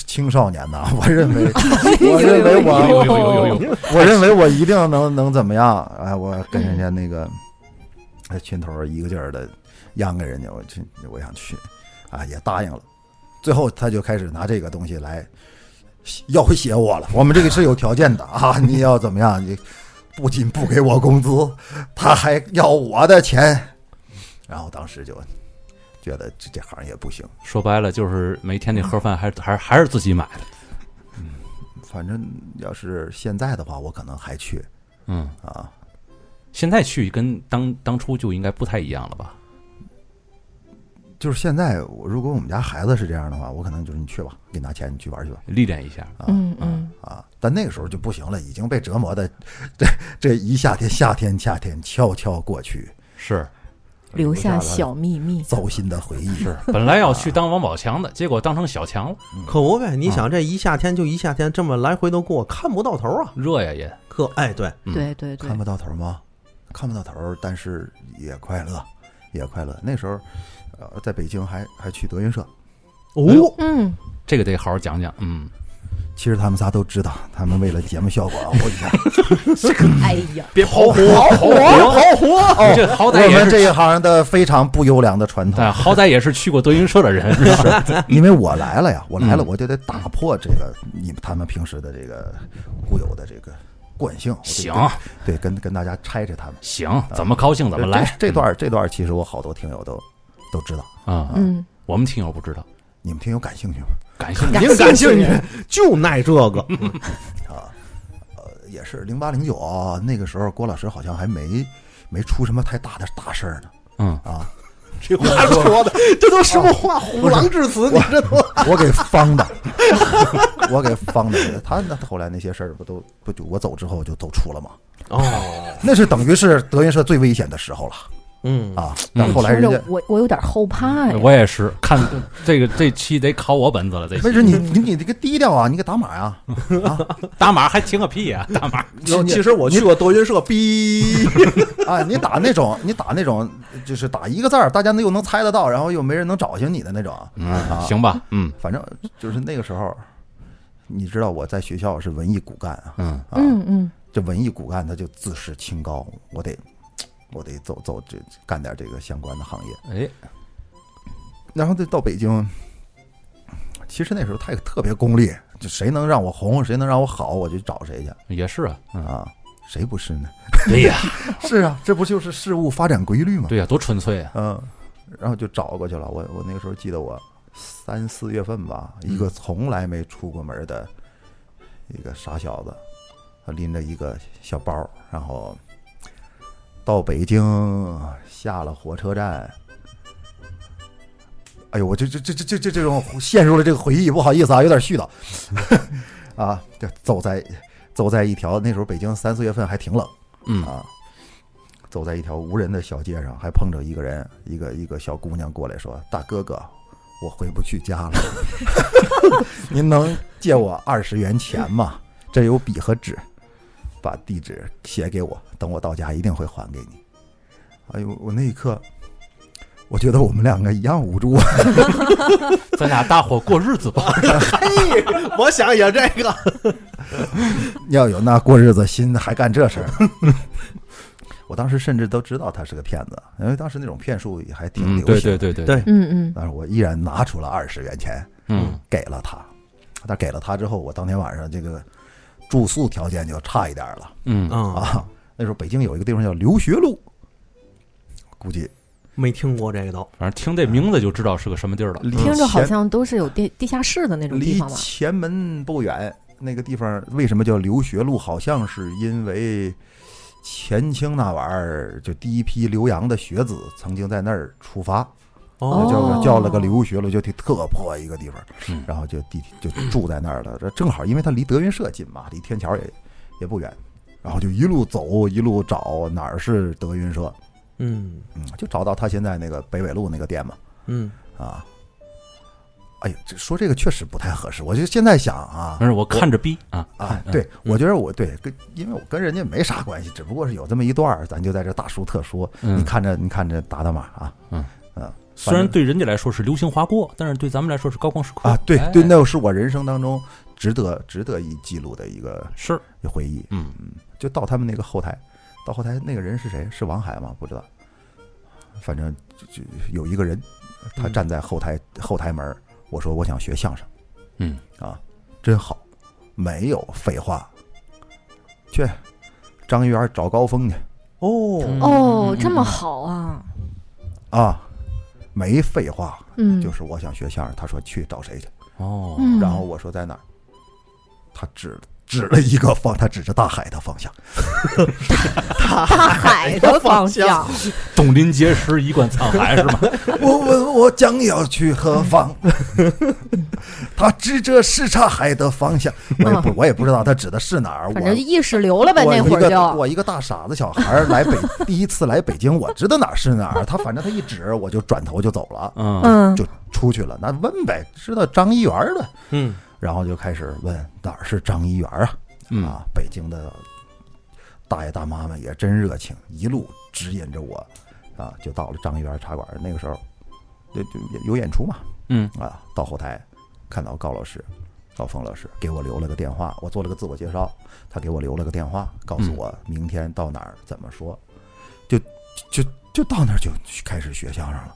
Speaker 4: 青少年呐，我认为我认为 我
Speaker 1: 有有有有有，
Speaker 4: 我认为我一定能能怎么样？哎，我跟人家那个哎群头一个劲儿的央给人家，我去，我想去啊，也答应了。最后他就开始拿这个东西来要挟我了。我们这个是有条件的啊，你要怎么样？你不仅不给我工资，他还要我的钱。然后当时就觉得这这行业不行，
Speaker 1: 说白了就是每天那盒饭还还还是自己买的，
Speaker 4: 反正要是现在的话，我可能还去
Speaker 1: 嗯，
Speaker 4: 啊。
Speaker 1: 现在去跟当当初就应该不太一样了吧？
Speaker 4: 就是现在，我如果我们家孩子是这样的话，我可能就是你去吧，给你拿钱，你去玩去吧
Speaker 1: 历练一下，
Speaker 4: 啊、
Speaker 2: 嗯嗯，
Speaker 4: 啊！但那个时候就不行了，已经被折 磨的，这这一夏天夏天夏天悄悄过去，
Speaker 1: 是
Speaker 2: 留下
Speaker 1: 了
Speaker 2: 小秘密。
Speaker 4: 糟心的回忆。
Speaker 1: 是本来要去当王宝强的，结果当成小强了，
Speaker 3: 可不呗，你想这一夏天就一夏天，这么来回都过，看不到头啊。
Speaker 1: 热呀也。
Speaker 3: 可哎，对，
Speaker 1: 嗯
Speaker 2: 对对对
Speaker 4: 看，不到头吗？看不到头，但是也快乐，也快乐。那时候，呃，在北京还还去德云社，
Speaker 3: 哦，
Speaker 2: 嗯，
Speaker 1: 这个得好好讲讲，嗯，
Speaker 4: 其实他们仨都知道，他们为了节目效果，我一下
Speaker 2: 哎呀，
Speaker 1: 别跑火，跑火，跑火！你这好
Speaker 4: 我
Speaker 1: 歹也
Speaker 4: 们
Speaker 1: 是，
Speaker 4: 这一行的非常不优良的传统
Speaker 1: 哎，。好歹也是去过德云社的人，是吧？
Speaker 4: 因为我来了呀，我来了，
Speaker 1: 嗯
Speaker 4: 我就得打破这个你们他们平时的这个固有的这个惯性。我得
Speaker 1: 行
Speaker 4: 跟，对，跟跟大家拆拆他们。
Speaker 1: 行，怎么高兴怎么来。嗯
Speaker 4: 这这段这段其实我好多听友都都知道，
Speaker 1: 啊，
Speaker 2: 嗯，
Speaker 1: 我们听友不知道，
Speaker 4: 你们听友感兴趣吗？
Speaker 1: 感
Speaker 4: 嗯
Speaker 1: 谢你
Speaker 2: 感
Speaker 3: 您感
Speaker 2: 兴
Speaker 3: 兴
Speaker 2: 趣
Speaker 3: 趣就耐这个，嗯
Speaker 4: 啊，呃，也是零八零九啊，那个时候郭老师好像还没没出什么太大的大事儿 呢
Speaker 1: 嗯，
Speaker 4: 啊，
Speaker 3: 这话说的，这都什么话？虎狼至死，你这都
Speaker 4: 我给方的， 我给方的，他那后来那些事儿不都不就我走之后就都出了嘛，
Speaker 3: 哦，
Speaker 4: 那是等于是德云社最危险的时候了
Speaker 3: 嗯，
Speaker 4: 啊，但后来
Speaker 2: 听
Speaker 4: 人
Speaker 2: 着
Speaker 4: 家。
Speaker 2: 我我有点后怕呀。
Speaker 1: 嗯我也是看这个这期得考我本子了，这
Speaker 4: 没
Speaker 1: 期
Speaker 4: 事，你你你这个低调啊，你给打码呀、
Speaker 1: 嗯打码还听个屁呀， 打码
Speaker 4: 有你
Speaker 3: 其实我去过德云社，逼，
Speaker 4: 啊！你打那种，你打那种，就是打一个字儿，大家能又能猜得到，然后又没人能找寻你的那种。
Speaker 1: 嗯，行吧，嗯
Speaker 4: 反正就是那个时候，你知道我在学校是文艺骨干啊，
Speaker 1: 嗯
Speaker 4: 啊，
Speaker 2: 嗯嗯，
Speaker 4: 这文艺骨干他就自视清高，我得我得走走这干点这个相关的行业。
Speaker 1: 哎，
Speaker 4: 然后就到北京，其实那时候他也特别功利，就谁能让我红，谁能让我好，我就找谁去
Speaker 1: 也是啊，嗯，
Speaker 4: 啊。谁不是呢？
Speaker 1: 对呀，
Speaker 4: 是啊，这不就是事物发展规律吗？
Speaker 1: 对呀，多纯粹啊，
Speaker 4: 嗯，然后就找过去了。我我那个时候记得我三四月份吧，一个从来没出过门的一个傻小子，他拎着一个小包，然后到北京下了火车站。哎呦，我这这这这这这这种陷入了这个回忆，不好意思啊，有点絮叨 啊。这走在走在一条那时候北京三四月份还挺冷，
Speaker 1: 嗯
Speaker 4: 啊，走在一条无人的小街上，还碰着一个人，一个一个小姑娘过来说：“大哥哥，我回不去家了， 您能借我二十元钱吗？这有笔和纸，把地址写给我，等我到家一定会还给你。”哎呦，我那一刻，我觉得我们两个一样无助。啊
Speaker 1: 咱俩大伙过日子吧，
Speaker 3: 嘿，我想也这个，
Speaker 4: 要有那过日子心，还干这事儿。 我当时甚至都知道他是个骗子，因为当时那种骗术也还 挺
Speaker 1: 嗯，
Speaker 4: 流行。
Speaker 1: 对对对对
Speaker 3: 对
Speaker 2: 嗯嗯，
Speaker 4: 但是我依然拿出了二十元钱
Speaker 1: 嗯，
Speaker 4: 给了他。但给了他之后，我当天晚上这个住宿条件就差一点了
Speaker 1: 嗯，
Speaker 3: 啊，
Speaker 4: 啊。那时候北京有一个地方叫留学路，估计
Speaker 3: 没听过这个都，
Speaker 1: 反正听这名字就知道是个什么地儿了，
Speaker 4: 离
Speaker 2: 嗯听着好
Speaker 4: 前
Speaker 2: 像都是有地地下室的那种地
Speaker 4: 离
Speaker 2: 方吧？
Speaker 4: 前门不远，那个地方为什么叫留学路？好像是因为前清那玩意儿，就第一批留洋的学子曾经在那儿出发，
Speaker 2: 哦
Speaker 4: 叫
Speaker 2: 哦
Speaker 4: 个叫了个留学路，就挺特破一个地方
Speaker 1: 嗯，
Speaker 4: 然后就地就住在那儿了。这正好，因为他离德云社近嘛，离天桥也也不远，然后就一路走一路找哪儿是德云社，
Speaker 3: 嗯
Speaker 4: 嗯，就找到他现在那个北纬路那个店嘛。
Speaker 3: 嗯，
Speaker 4: 啊，哎呀，这说这个确实不太合适。我就现在想啊
Speaker 1: 但是我看着逼啊，
Speaker 4: 啊，
Speaker 1: 嗯
Speaker 4: 对，我觉得我对跟，因为我跟人家没啥关系，只不过是有这么一段儿，咱就在这大书特说。
Speaker 1: 嗯
Speaker 4: 你看着，你看着打打码啊，
Speaker 1: 嗯
Speaker 4: 嗯
Speaker 1: 虽然对人家来说是流行划过，但是对咱们来说是高光时刻
Speaker 4: 啊，对
Speaker 1: 哎
Speaker 4: 对，那是我人生当中值得值得一记录的一个
Speaker 1: 是，
Speaker 4: 回忆。
Speaker 1: 嗯，
Speaker 4: 就到他们那个后台，到后台那个人是谁？是王海吗？不知道，反正就就有一个人，他
Speaker 3: 嗯
Speaker 4: 站在后台后台门儿，我说我想学相声。
Speaker 1: 嗯
Speaker 4: 啊，真好，没有废话。去张园找高峰去
Speaker 1: 嗯
Speaker 3: 哦，
Speaker 2: 哦，
Speaker 4: 嗯
Speaker 2: 这么好啊！
Speaker 4: 啊，没废话，
Speaker 2: 嗯，
Speaker 4: 就是我想学相声。他说去找谁去，
Speaker 1: 哦，
Speaker 2: 嗯，
Speaker 4: 然后我说在哪儿，他指指了一个方，他指着大海的方向。
Speaker 2: 大海的方向，
Speaker 1: 董林结石，一贯沧海是吗？
Speaker 4: 我问我将要去何 方？他指着什刹海的方向，我也不我也不知道他指的是哪儿。
Speaker 2: 嗯反正就
Speaker 4: 我
Speaker 2: 意识流了呗，
Speaker 4: 我
Speaker 2: 那
Speaker 4: 一
Speaker 2: 会儿
Speaker 4: 个
Speaker 2: 就
Speaker 4: 我一个大傻子小孩儿来北第一次来北京，我知道哪儿是哪儿。他反正他一指，我就转头就走了，
Speaker 1: 嗯，
Speaker 2: 嗯
Speaker 4: 就出去了。那问呗，知道张一元儿的，
Speaker 3: 嗯，
Speaker 4: 然后就开始问哪儿是张一元儿啊？
Speaker 1: 嗯，
Speaker 4: 啊，北京的大爷大妈们也真热情，一路指引着我啊，就到了张一元茶馆。那个时候，就就有演出嘛，
Speaker 1: 嗯
Speaker 4: 啊，到后台看到高老师、高峰老师给我留了个电话，我做了个自我介绍，他给我留了个电话，告诉
Speaker 1: 嗯
Speaker 4: 我明天到哪儿怎么说，就就就到那儿就开始学相声了。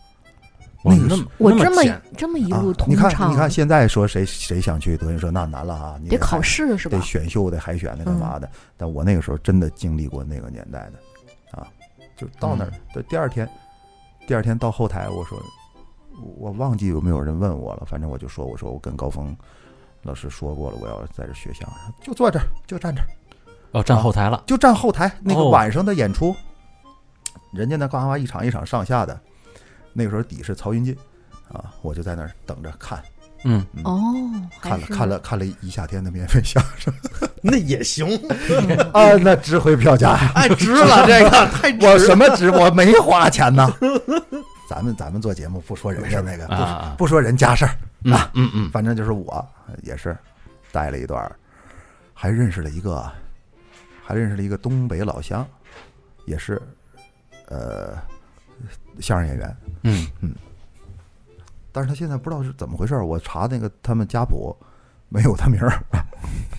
Speaker 1: 我
Speaker 4: 那个
Speaker 1: 那
Speaker 4: 是
Speaker 1: 么
Speaker 2: 我
Speaker 1: 那
Speaker 2: 这么
Speaker 1: 简
Speaker 2: 这么一
Speaker 4: 啊
Speaker 2: 路
Speaker 4: 你
Speaker 2: 通
Speaker 4: 看，
Speaker 2: 畅，
Speaker 4: 你看现在说谁谁想去德云社，那难了啊，你
Speaker 2: 得考
Speaker 4: 还
Speaker 2: 试是吧嗯
Speaker 4: 得？选秀，得海选，得干嘛的。但我那个时候真的经历过那个年代的，啊，就到那儿
Speaker 1: 嗯，
Speaker 4: 对，第二天，第二天到后台，我说，我忘记有没有人问我了，反正我就说，我说我跟高峰老师说过了，我要在这学相声，就坐这儿，就站这儿，
Speaker 1: 哦，站后台了，
Speaker 4: 就站后台那个
Speaker 1: 哦
Speaker 4: 晚上的演出，人家那呱呱一场一场上下的，那个时候底是曹云金，啊，我就在那儿等着看，
Speaker 1: 嗯，
Speaker 4: 嗯
Speaker 2: 哦，还
Speaker 4: 看了
Speaker 2: 是
Speaker 4: 看了看了一夏天的免费相 声
Speaker 3: 那也行，
Speaker 4: 啊，那值回票价呀！
Speaker 3: 哎，值了，这个 太值
Speaker 4: 我
Speaker 3: 了。
Speaker 4: 什么值？我没花钱呢。 咱们咱们做节目不说人家那个，
Speaker 1: 啊啊啊
Speaker 4: 不不说人家事儿，啊
Speaker 1: 嗯嗯，
Speaker 4: 反正就是我也是待了一段儿，还认识了一个，还认识了一个东北老乡，也是呃相声演员，
Speaker 1: 嗯
Speaker 4: 但是他现在不知道是怎么回事儿。我查那个他们家谱没有他名儿，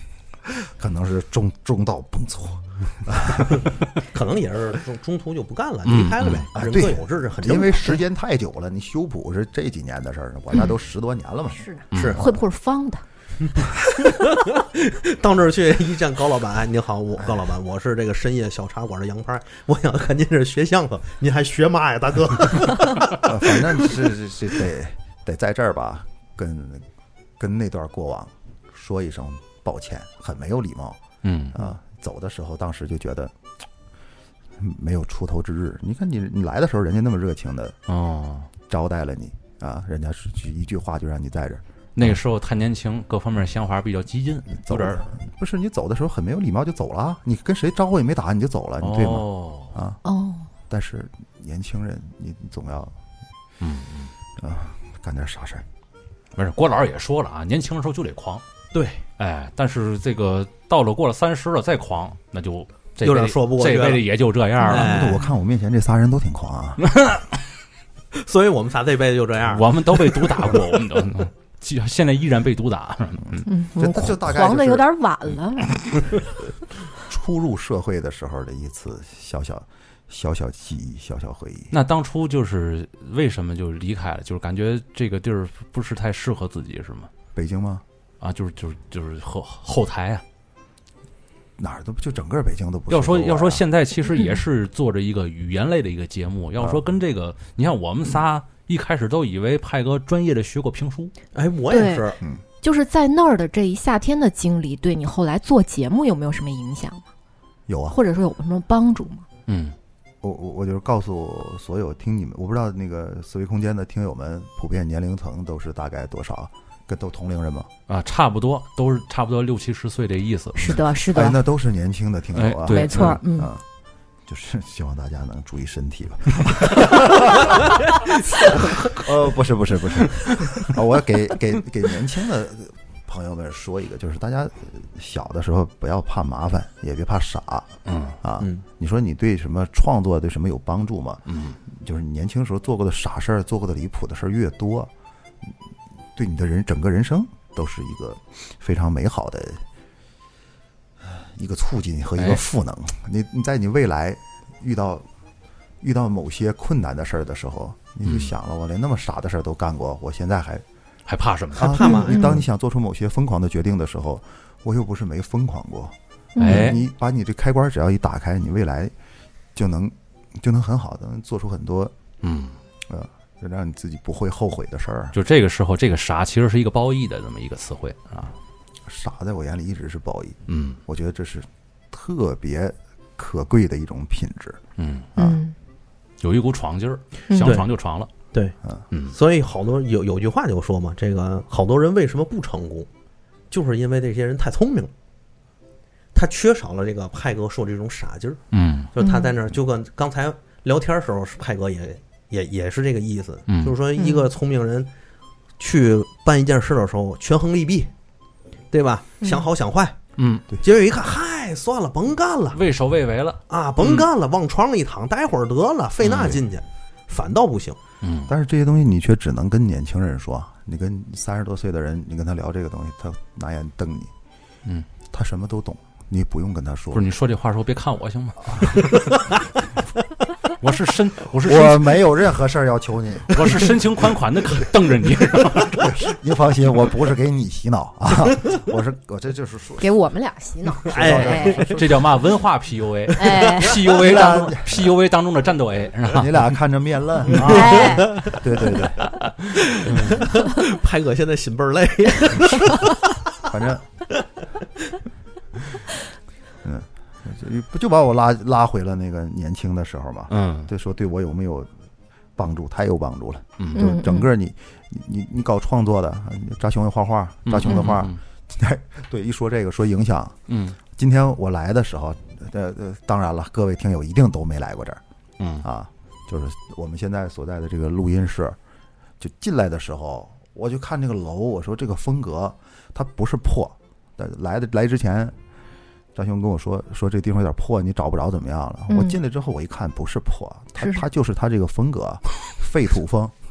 Speaker 4: 可能是中中道崩殂。
Speaker 3: 可能也是中中途就不干了，
Speaker 1: 嗯
Speaker 3: 离开了呗。
Speaker 4: 嗯啊
Speaker 3: 人
Speaker 4: 对
Speaker 3: 各有志，这很正
Speaker 4: 因
Speaker 3: 常
Speaker 4: 为时间太久了，你修谱是这几年的事儿，我
Speaker 1: 嗯
Speaker 4: 那都十多 年了嘛。
Speaker 2: 是的，
Speaker 3: 是
Speaker 2: 会不会是方的？
Speaker 3: 到那儿去一见高老板，哎您好，我高老板，我是这个深夜小茶馆的杨拍，我想看您这儿学相声，您还学嘛呀，大哥？
Speaker 4: 呃反正是是是得得在这儿吧，跟跟那段过往说一声抱歉，很没有礼貌
Speaker 1: 嗯
Speaker 4: 啊。走的时候，当时就觉得嗯没有出头之日。你看你你来的时候，人家那么热情的
Speaker 1: 哦。
Speaker 4: 招待了你啊，人家是就一句话就让你在这儿，
Speaker 1: 那个时候太年轻，各方面想法比较激
Speaker 3: 啊
Speaker 1: 进，
Speaker 4: 走
Speaker 1: 有点
Speaker 4: 的不是你走的时候很没有礼貌就走了啊，你跟谁招呼也没打，你就走了，你对吗？
Speaker 1: 哦，
Speaker 4: 啊，
Speaker 2: 哦，
Speaker 4: 但是年轻人，你你总要
Speaker 1: 嗯，
Speaker 4: 啊干点傻事儿。
Speaker 1: 没事。郭老师也说了啊，年轻的时候就得狂，
Speaker 3: 对，
Speaker 1: 哎，但是这个到了过了三十了再狂，那就这
Speaker 3: 有
Speaker 1: 辈
Speaker 3: 点
Speaker 1: 子
Speaker 3: 说不过
Speaker 1: 这
Speaker 3: 去了
Speaker 1: 辈子也就这样了。
Speaker 3: 哎
Speaker 4: 我看我面前这仨人都挺狂啊，
Speaker 3: 所以我们仨这辈子就这样。
Speaker 1: 我们都被毒打过，我们都现现在依然被毒打。
Speaker 2: 嗯，
Speaker 4: 这这就大概
Speaker 2: 黄
Speaker 4: 就
Speaker 2: 的
Speaker 4: 是
Speaker 2: 有点晚了，
Speaker 4: 初入社会的时候的一次小小小小记忆、小小回忆。
Speaker 1: 那当初就是为什么就离开了？就是感觉这个地儿不是太适合自己，是吗？
Speaker 4: 北京吗？
Speaker 1: 啊，就是就是就是后后台啊。
Speaker 4: 哪儿都不就整个北京都不是
Speaker 1: 要说
Speaker 4: 我呀啊
Speaker 1: 要说现在其实也是做着一个语言类的一个节目。要说跟这个，你看我们仨一开始都以为派哥专业的学过评书，
Speaker 3: 哎，我也是，
Speaker 2: 就是在那儿的这一夏天的经历，对你后来做节目有没有什么影响吗？
Speaker 4: 有啊，
Speaker 2: 或者说有什么帮助吗？
Speaker 1: 嗯
Speaker 4: 我我我就是告诉所有听你们，我不知道那个思维空间的听友们普遍年龄层都是大概多少，跟都同龄人吗？
Speaker 1: 啊，差不多都是差不多六七十岁这意思。
Speaker 2: 是的，是
Speaker 4: 哎，
Speaker 2: 的，
Speaker 4: 那都是年轻的听友啊，
Speaker 1: 哎对
Speaker 2: 没错，嗯，
Speaker 4: 啊，就是希望大家能注意身体 吧。呃，不是不是不是，啊，我给给给年轻的朋友们说一个，就是大家小的时候不要怕麻烦，也别怕傻
Speaker 1: 嗯
Speaker 4: 啊。
Speaker 3: 嗯
Speaker 4: 你说你对什么创作对什么有帮助吗？
Speaker 1: 嗯，
Speaker 4: 就是你年轻时候做过的傻事儿，做过的离谱的事儿越多，对你的人整个人生都是一个非常美好的一个促进和一
Speaker 1: 哎
Speaker 4: 个赋能。你你在你未来遇到遇到某些困难的事儿的时候，你就
Speaker 1: 嗯
Speaker 4: 想了，我连那么傻的事儿都干过，我现在 还
Speaker 1: 还怕嗯什么？
Speaker 4: 啊
Speaker 3: 怕吗
Speaker 4: 你当你想做出某些疯狂的决定的时候，我又不是没疯狂过。
Speaker 2: 嗯
Speaker 1: 哎
Speaker 4: 你把你这开关只要一打开，你未来就能就能很好的做出很多
Speaker 1: 嗯，
Speaker 4: 呃，就让你自己不会后悔的事儿。
Speaker 1: 就这个时候，这个傻其实是一个褒义的这么一个词汇啊。
Speaker 4: 傻在我眼里一直是褒义，
Speaker 1: 嗯
Speaker 4: 我觉得这是特别可贵的一种品质。
Speaker 1: 嗯，
Speaker 2: 嗯，
Speaker 1: 有一股闯劲儿，
Speaker 2: 嗯
Speaker 1: 想
Speaker 3: 对
Speaker 1: 闯就闯了。嗯
Speaker 3: 所以好多有有句话就说嘛，这个好多人为什么不成功，就是因为这些人太聪明了，他缺少了这个派哥说这种傻劲儿，
Speaker 1: 嗯
Speaker 3: 就是他在那儿就跟刚才聊天时候，派哥也也也是这个意思，
Speaker 1: 嗯
Speaker 3: 就是说一个聪明人去办一件事的时候权衡利弊，对吧？
Speaker 2: 嗯
Speaker 3: 想好想坏，
Speaker 1: 嗯，
Speaker 3: 结果一看，嗨，算了，甭干了。
Speaker 1: 畏首畏尾了。
Speaker 3: 啊，甭干了，往床上一躺，待会儿得了，费那劲去，反倒不行。
Speaker 1: 嗯
Speaker 4: 但是这些东西你却只能跟年轻人说，你跟三十多岁的人，你跟他聊这个东西，他拿眼瞪你，
Speaker 1: 嗯，
Speaker 4: 他什么都懂，你不用跟他说
Speaker 1: 不。是你说这话的时候别看我行吗？我是深，我是深
Speaker 4: 我没有任何事儿要求你，
Speaker 1: 我是深情款款的瞪着你，是吧
Speaker 4: 您放心，我不是给你洗脑啊，我是我这就是说，
Speaker 2: 给我们俩洗脑，
Speaker 3: 哎，
Speaker 2: 哎
Speaker 1: 这叫嘛文化 PUA。
Speaker 2: 哎
Speaker 1: PUA 当中 PUA 当中的战斗 A 是吧？
Speaker 4: 你俩看着面烂 啊，
Speaker 2: 哎，
Speaker 4: 对对对，
Speaker 3: 派哥现在心倍儿累。
Speaker 4: 反正， 嗯，就不就把我拉拉回了那个年轻的时候嘛？
Speaker 1: 嗯
Speaker 4: 对，说对我有没有帮助？太有帮助了。
Speaker 1: 嗯，
Speaker 4: 就
Speaker 2: 嗯
Speaker 4: 整个你你你你搞创作的，啊扎熊也画画，扎熊的画，对，一说这个说影响。
Speaker 1: 嗯，
Speaker 4: 今天我来的时候，呃呃，当然了，各位听友一定都没来过这儿。
Speaker 1: 嗯
Speaker 4: 啊，就是我们现在所在的这个录音室，就进来的时候，我就看这个楼，我说这个风格它不是破，但来的来之前，张兄跟我说说这地方有点破，你找不着怎么样了。我
Speaker 2: 嗯
Speaker 4: 进来之后我一看不是破，它
Speaker 2: 是
Speaker 4: 它就是它这个风格，废土 风。
Speaker 2: 嗯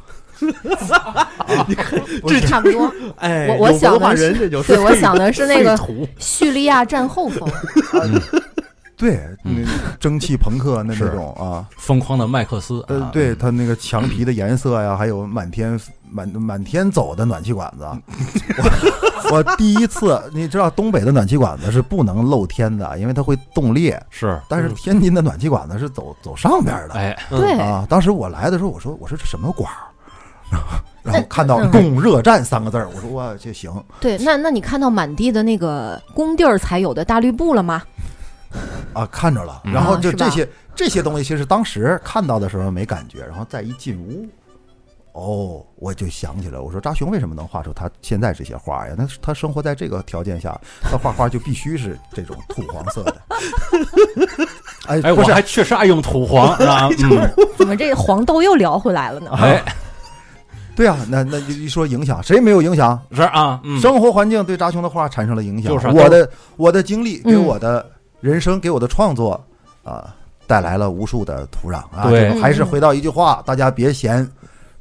Speaker 2: 差不多。
Speaker 3: 哎，
Speaker 2: 我我
Speaker 3: 有
Speaker 2: 想
Speaker 3: 文化
Speaker 2: 的是
Speaker 3: 人这就是
Speaker 2: 对，我想的是那个
Speaker 3: 废土
Speaker 2: 叙利亚战后风，
Speaker 4: 对，
Speaker 1: 嗯
Speaker 4: 那蒸汽朋克那
Speaker 1: 是
Speaker 4: 那种啊，
Speaker 1: 疯狂的麦克斯，
Speaker 4: 呃
Speaker 1: 啊，
Speaker 4: 对，它那个墙皮的颜色呀，还有满天满满天走的暖气管 子，我我第一次，你知道东北的暖气管子是不能露天的，因为它会冻裂，
Speaker 1: 是，
Speaker 4: 但是 天津的暖气管子是走走上边的。
Speaker 1: 嗯哎，
Speaker 3: 嗯
Speaker 2: 嗯对，
Speaker 4: 啊，当时我来的时候，我说我说这什么管儿， 然后然后看到
Speaker 2: 嗯
Speaker 4: “供热站”三个字儿，我说哇，这行，
Speaker 2: 对，那那你看到满地的那个工地儿才有的大绿布了吗？
Speaker 4: 啊，看着了。
Speaker 1: 嗯
Speaker 4: 然后
Speaker 2: 啊
Speaker 4: 就是
Speaker 2: 吧
Speaker 4: 这些、这些东西，其实当时看到的时候没感觉，然后再一进屋，哦，我就想起来，我说扎熊为什么能画出他现在这些画呀？那是他生活在这个条件下，他画画就必须是这种土黄色 的。哎，
Speaker 1: 哎，
Speaker 4: 不
Speaker 1: 我
Speaker 4: 是
Speaker 1: 还，确实爱用土黄，是 吧？嗯，
Speaker 2: 怎么这黄豆又聊回来了
Speaker 4: 啊
Speaker 2: 呢？
Speaker 1: 哎，
Speaker 4: 对啊，那那一说影响，谁没有影响？
Speaker 1: 是啊，嗯，
Speaker 4: 生活环境对扎熊的画产生了影响，
Speaker 1: 就是啊
Speaker 4: 我的我的经历给
Speaker 2: 嗯
Speaker 4: 我的人生、给我的创作啊、带来了无数的土壤啊。
Speaker 1: 对
Speaker 4: 这个还是回到一句话，大家别嫌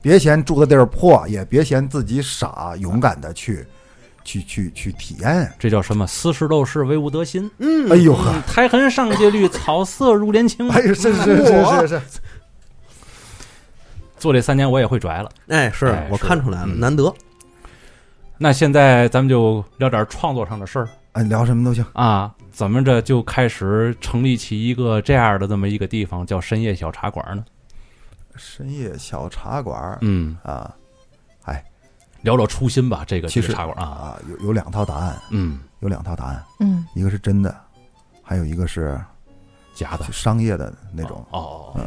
Speaker 4: 别嫌住的地儿破，也别嫌自己傻，勇敢的去去去去体验。
Speaker 1: 这叫什么？斯是陋室，惟吾德馨。
Speaker 4: 哎呦呵，
Speaker 1: 苔痕上阶绿，草色入帘青。
Speaker 4: 哎呦，是是是是是，
Speaker 1: 做这三年我也会拽了。
Speaker 3: 哎，是
Speaker 1: 哎
Speaker 3: 我
Speaker 1: 是
Speaker 3: 看出来了，
Speaker 1: 嗯
Speaker 3: 难得。
Speaker 1: 那现在咱们就聊点创作上的事儿
Speaker 4: 哎，聊什么都行。
Speaker 1: 啊，怎么着就开始成立起一个这样的这么一个地方，叫深夜小茶馆呢？
Speaker 4: 深夜小茶馆儿
Speaker 1: 嗯，
Speaker 4: 啊
Speaker 1: 聊聊初心吧，这个
Speaker 4: 其
Speaker 1: 这
Speaker 4: 实
Speaker 1: 个茶馆啊，
Speaker 4: 啊，有有两套答案，
Speaker 1: 嗯，
Speaker 4: 有两套答案，
Speaker 2: 嗯，
Speaker 4: 一个是真的，还有一个是
Speaker 1: 假的
Speaker 4: 就商业的那种。
Speaker 1: 哦， 哦哦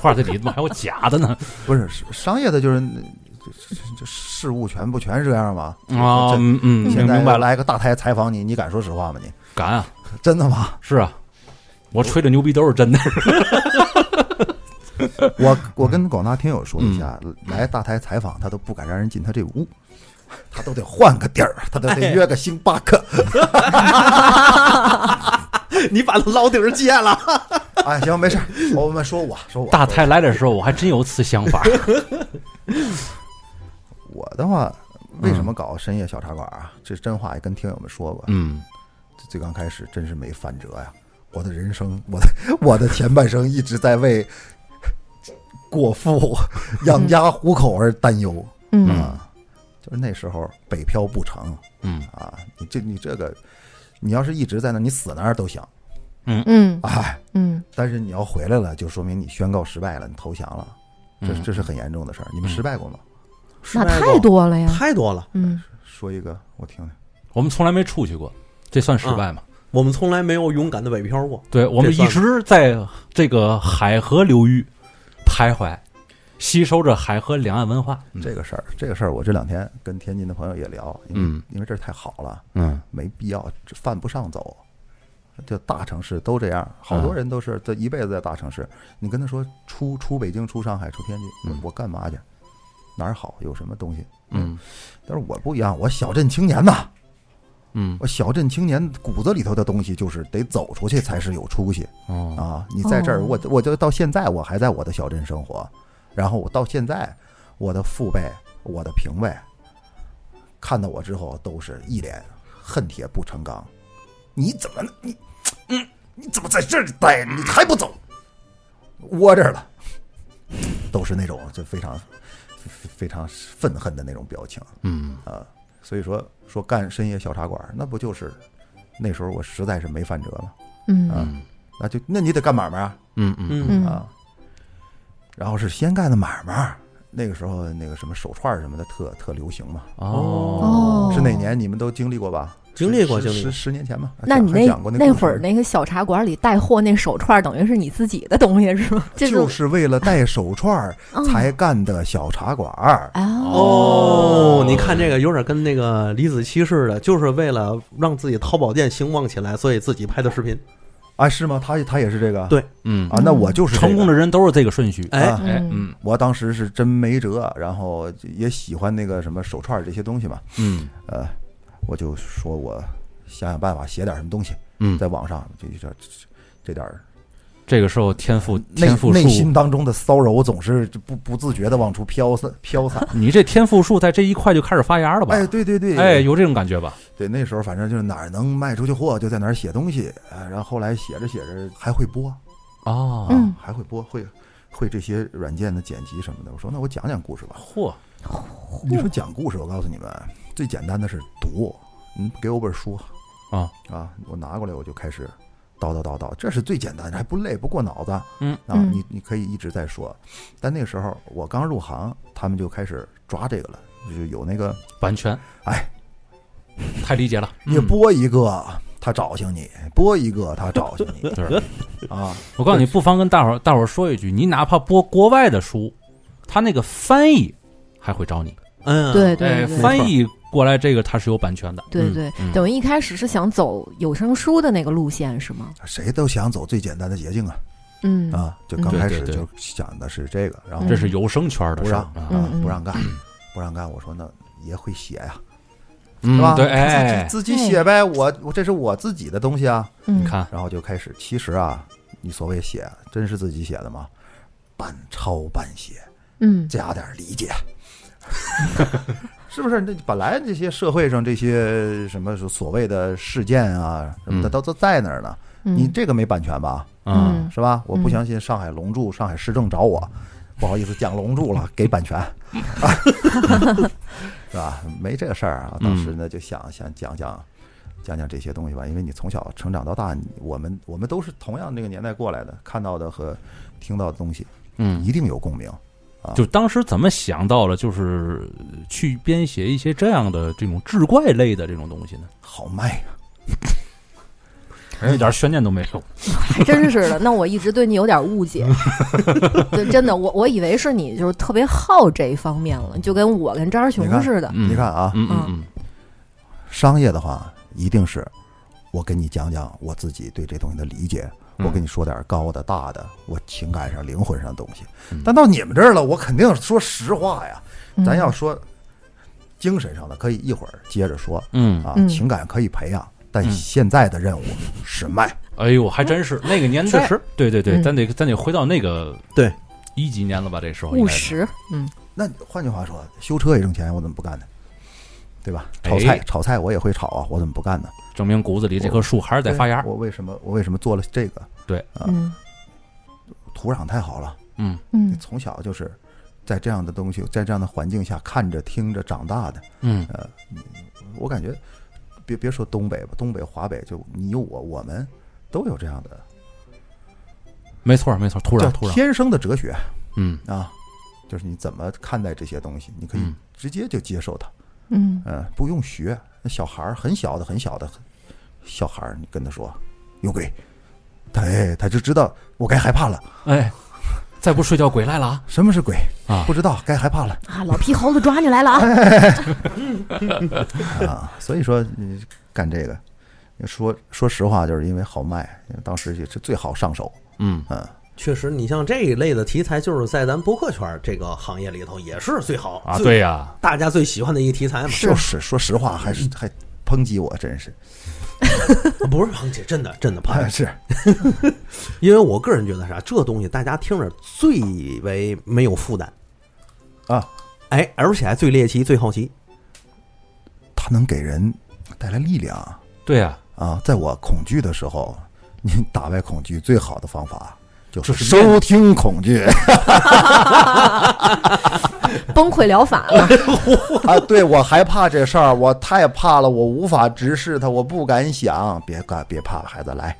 Speaker 1: 话这里怎么还有假的呢？
Speaker 4: 不是是商业的，就是那这这这事物全不全是这样吗？
Speaker 1: 啊，
Speaker 4: 这
Speaker 1: 嗯嗯，
Speaker 4: 现
Speaker 1: 明
Speaker 4: 在
Speaker 1: 明白了，
Speaker 4: 来个大台采访你，你敢说实话吗？你
Speaker 1: 敢啊，
Speaker 4: 真的吗？
Speaker 1: 是啊，我吹的牛逼都是真的。
Speaker 4: 我我跟广大听友说一下，来大台采访他都不敢让人进他这屋，他都得换个地儿，他都得约个星巴 克。
Speaker 3: 你把老底儿戒了，
Speaker 4: 哎，行，没事儿，我们说我说我
Speaker 1: 大太来的时候，我还真有此想法。
Speaker 4: 我的话，为什么搞深夜小茶馆啊？这真话也跟听友们说过，
Speaker 1: 嗯，
Speaker 4: 最刚开始真是没翻辙呀！我的人生，我的我的前半生一直在为果腹、养家糊口而担忧
Speaker 2: 嗯
Speaker 4: 啊。就是那时候北漂不成
Speaker 1: 嗯
Speaker 4: 啊，你这你这个，你要是一直在那，你死那儿都行，
Speaker 2: 嗯
Speaker 4: 哎，
Speaker 2: 嗯
Speaker 4: 但是你要回来了，就说明你宣告失败了，你投降了，嗯
Speaker 1: 嗯
Speaker 4: 这这是很严重的
Speaker 3: 啊
Speaker 4: 事儿。你们失败过吗？
Speaker 2: 那太多了呀，
Speaker 3: 太多了。
Speaker 2: 嗯
Speaker 4: 说一个我听听。
Speaker 1: 我们从来没出去过，这算失败吗？
Speaker 3: 我们从来没有勇敢的北漂过，
Speaker 1: 对我们
Speaker 3: 这
Speaker 1: 一
Speaker 3: 算
Speaker 1: 直在这个海河流域徘徊，吸收着海河两岸文化。嗯
Speaker 4: 这个事儿，这个事儿，我这两天跟天津的朋友也聊，因为
Speaker 1: 嗯
Speaker 4: 因为这儿太好了，
Speaker 1: 嗯
Speaker 4: 没必要犯不上走。就大城市都这样，好多人都是这一辈子在大城市。你跟他说出出北京、出上海、出天津，我
Speaker 1: 嗯
Speaker 4: 我干嘛去？哪儿好？有什么东西？
Speaker 1: 嗯
Speaker 4: 但是我不一样，我小镇青年呐，
Speaker 1: 嗯
Speaker 4: 我小镇青年骨子里头的东西就是得走出去才是有出息
Speaker 1: 哦
Speaker 4: 啊！你在这儿，
Speaker 2: 哦
Speaker 4: 我我就到现在我还在我的小镇生活，然后我到现在我的父辈、我的平辈看到我之后都是一脸恨铁不成钢，你怎么你嗯你怎么在这儿待着？你还不走？窝这儿了，都是那种就非常非非常愤恨的那种表情。
Speaker 1: 嗯
Speaker 4: 啊，所以说说干深夜小茶馆儿，那不就是那时候我实在是没饭辙嘛，
Speaker 2: 嗯
Speaker 4: 啊那就那你得干买卖啊
Speaker 1: 嗯嗯
Speaker 3: 嗯，
Speaker 2: 嗯
Speaker 4: 啊，然后是先干的买卖儿，那个时候那个什么手串儿什么的特特流行嘛，
Speaker 2: 哦
Speaker 4: 是哪年你们都经历过吧？
Speaker 3: 经历过
Speaker 4: 十
Speaker 3: 经历
Speaker 4: 十
Speaker 3: 过
Speaker 4: 十年前嘛，
Speaker 2: 那
Speaker 4: 啊讲
Speaker 2: 你
Speaker 4: 还
Speaker 2: 那
Speaker 4: 讲过个
Speaker 2: 那
Speaker 4: 故
Speaker 2: 会儿
Speaker 4: 事
Speaker 2: 那个小茶馆里带货那手串，等于是你自己的东西是吗？这
Speaker 4: 就、是为了带手串 儿
Speaker 2: 嗯、
Speaker 4: 才干的小茶馆儿，
Speaker 3: 哦，你看这个有点跟那个李子柒似的，就是为了让自己淘宝店兴旺起来，所以自己拍的视频。
Speaker 4: 啊是吗？他他也是这个
Speaker 3: 对
Speaker 1: 嗯
Speaker 4: 啊，那我就是这
Speaker 1: 成
Speaker 4: 个
Speaker 1: 功的人都是这个顺序。
Speaker 3: 哎
Speaker 4: 啊，
Speaker 1: 哎
Speaker 2: 嗯
Speaker 1: 嗯
Speaker 4: 我当时是真没辙，然后也喜欢那个什么手串儿这些东西嘛，
Speaker 1: 嗯
Speaker 4: 呃，我就说我想想办法写点什么东西，
Speaker 1: 嗯，
Speaker 4: 在网上这这这这点儿
Speaker 1: 这个时候天赋
Speaker 4: 内
Speaker 1: 天赋
Speaker 4: 内
Speaker 1: 树
Speaker 4: 心，当中的骚扰总是不不自觉的往出飘散 飘散。
Speaker 1: 你这天赋树在这一块就开始发芽了吧？
Speaker 4: 哎，对对对，
Speaker 1: 哎，有这种感觉吧？
Speaker 4: 对，那时候反正就是哪儿能卖出去货就在哪儿写东西，啊，然后后来写着写着还会播，
Speaker 1: 哦
Speaker 2: 嗯
Speaker 4: 还会播会。会这些软件的剪辑什么的，我说那我讲讲故事吧。
Speaker 1: 嚯，
Speaker 4: 你说讲故事，我告诉你们，最简单的是读。你给我本书
Speaker 1: 啊
Speaker 4: 啊，我拿过来我就开始叨叨叨叨，这是最简单的，还不累不过脑子。
Speaker 1: 嗯
Speaker 4: 啊，
Speaker 2: 嗯
Speaker 4: 你你可以一直在说，但那时候我刚入行，他们就开始抓这个了，就是有那个
Speaker 1: 完全
Speaker 4: 哎，
Speaker 1: 太理解了。
Speaker 4: 你
Speaker 1: 嗯
Speaker 4: 播一个他找醒你，播一个他找醒 你
Speaker 1: 对，
Speaker 4: 啊，
Speaker 1: 我告诉你，不妨跟大伙儿大伙儿说一句，你哪怕播国外的书，他那个翻译还会找你。
Speaker 3: 嗯，
Speaker 2: 对
Speaker 1: 哎，
Speaker 2: 对对
Speaker 1: 翻译过来这个它是有版权的。
Speaker 2: 对
Speaker 3: 嗯
Speaker 2: 对，
Speaker 1: 嗯
Speaker 2: 等于一开始是想走有声书的那个路线是吗？
Speaker 4: 谁都想走最简单的捷径啊
Speaker 2: 嗯
Speaker 4: 啊，就
Speaker 2: 嗯
Speaker 4: 刚开
Speaker 1: 对
Speaker 4: 始
Speaker 1: 对对
Speaker 4: 就想的是这个，然后
Speaker 1: 这是有声圈的事儿
Speaker 4: 不让
Speaker 1: 啊，
Speaker 4: 啊
Speaker 2: 嗯嗯
Speaker 4: 不让干，不让干，我说那也会写呀，
Speaker 1: 嗯
Speaker 4: 是吧？
Speaker 1: 对，
Speaker 4: 自己
Speaker 1: 哎，
Speaker 4: 自己写呗，我我这是我自己的东西啊。
Speaker 2: 嗯
Speaker 1: 你，看，
Speaker 4: 然后就开始，其实啊，你所谓写，真是自己写的吗？半抄半写，
Speaker 2: 嗯
Speaker 4: 加点理解， 是不是？这本来这些社会上这些什么所谓的事件啊什么的，
Speaker 1: 嗯
Speaker 4: 都都在那儿呢。
Speaker 2: 嗯，
Speaker 4: 你这个没版权吧？
Speaker 1: 嗯
Speaker 2: 嗯
Speaker 4: 是吧？我不
Speaker 2: 嗯
Speaker 4: 相信上海龙柱，上海市政找我，不好意思讲龙柱了，给版权，是吧？没这个事儿啊。当时呢，就想想讲讲讲讲这些东西吧，因为你从小成长到大，你我们我们都是同样那个年代过来的，看到的和听到的东西
Speaker 1: 嗯，
Speaker 4: 一定有共鸣。
Speaker 1: 就当时怎么想到了，就是呃去编写一些这样的这种志怪类的这种东西呢？
Speaker 4: 好卖啊呀、
Speaker 1: 一点悬念都没有。
Speaker 2: 还真是的。那我一直对你有点误 解，就真的，我我以为是你就是特别好这一方面了，就跟我跟张二
Speaker 4: 你
Speaker 2: 熊
Speaker 4: 看
Speaker 2: 似的。
Speaker 1: 嗯
Speaker 4: 你看啊，
Speaker 1: 嗯嗯
Speaker 4: 商业的话，一定是我跟你讲讲我自己对这东西的理解，
Speaker 1: 嗯
Speaker 4: 我跟你说点高的、大的，我情感上、灵魂上的东西
Speaker 1: 嗯。
Speaker 4: 但到你们这儿了，我肯定说实话呀。
Speaker 2: 嗯
Speaker 4: 咱要说精神上的，可以一会儿接着说
Speaker 1: 嗯嗯，
Speaker 4: 啊
Speaker 2: 嗯。
Speaker 4: 情感可以培养，但
Speaker 1: 嗯
Speaker 4: 现在的任务是卖。
Speaker 1: 哎呦，还真是那个年代，
Speaker 3: 确实，
Speaker 1: 对对对，
Speaker 2: 嗯
Speaker 1: 咱得咱得回到那个
Speaker 3: 对
Speaker 1: 一几年了吧？这时候应
Speaker 2: 务
Speaker 1: 该是
Speaker 2: 实，嗯
Speaker 4: 那换句话说，修车也挣钱，我怎么不干呢？对吧？炒
Speaker 1: 哎
Speaker 4: 菜，炒菜我也会炒啊，我怎么不干呢？
Speaker 1: 证明骨子里这棵树还是在发芽。
Speaker 4: 我为什么我为什么做了这个？啊
Speaker 2: 嗯
Speaker 4: 土壤太好了。
Speaker 1: 嗯
Speaker 2: 嗯
Speaker 4: 从小就是在这样的东西，在这样的环境下看着、听着长大的。
Speaker 1: 嗯
Speaker 4: 我感觉，别别说东北吧，东北、华北，就你我我们都有这样的
Speaker 1: 没错没错，土
Speaker 4: 叫
Speaker 1: 壤土壤，
Speaker 4: 天生的哲学
Speaker 1: 嗯
Speaker 4: 啊，就是你怎么看待这些东西，你可以
Speaker 1: 嗯
Speaker 4: 直接就接受它，
Speaker 2: 嗯
Speaker 4: 嗯、不用学，那小孩儿很小的很小的小孩儿，你跟他说有鬼，他哎他就知道我该害怕了。
Speaker 1: 哎，再不睡觉鬼来了啊！
Speaker 4: 什么是鬼
Speaker 1: 啊
Speaker 4: 不知道，该害怕了
Speaker 2: 啊，老皮猴子抓你来了
Speaker 4: 哎
Speaker 2: 啊！
Speaker 4: 啊！所以说你干这个，说说实话，就是因为好卖，因为当时也是最好上手。
Speaker 1: 嗯，
Speaker 4: 嗯，
Speaker 3: 确实，你像这一类的题材，就是在咱播客圈这个行业里头也是最好
Speaker 1: 啊，
Speaker 3: 最
Speaker 1: 对呀、
Speaker 3: 大家最喜欢的一个题材嘛。
Speaker 4: 就是说实嗯话，还是还抨击我，真是
Speaker 3: 不是螃蟹，真的真的螃
Speaker 4: 哎
Speaker 3: 蟹。
Speaker 4: 是
Speaker 3: 因为我个人觉得啥，这东西大家听着最为没有负担，
Speaker 4: 啊，
Speaker 3: 哎，而且还最猎奇、最好奇。
Speaker 4: 它能给人带来力量啊
Speaker 1: 对呀、
Speaker 4: 啊！在我恐惧的时候，你打败恐惧最好的方法就
Speaker 1: 就是是
Speaker 4: 收听恐惧
Speaker 2: 崩溃疗法了，
Speaker 4: 啊！对我害怕这事儿，我太怕了，我无法直视它，我不敢想。别干，别怕，孩子来。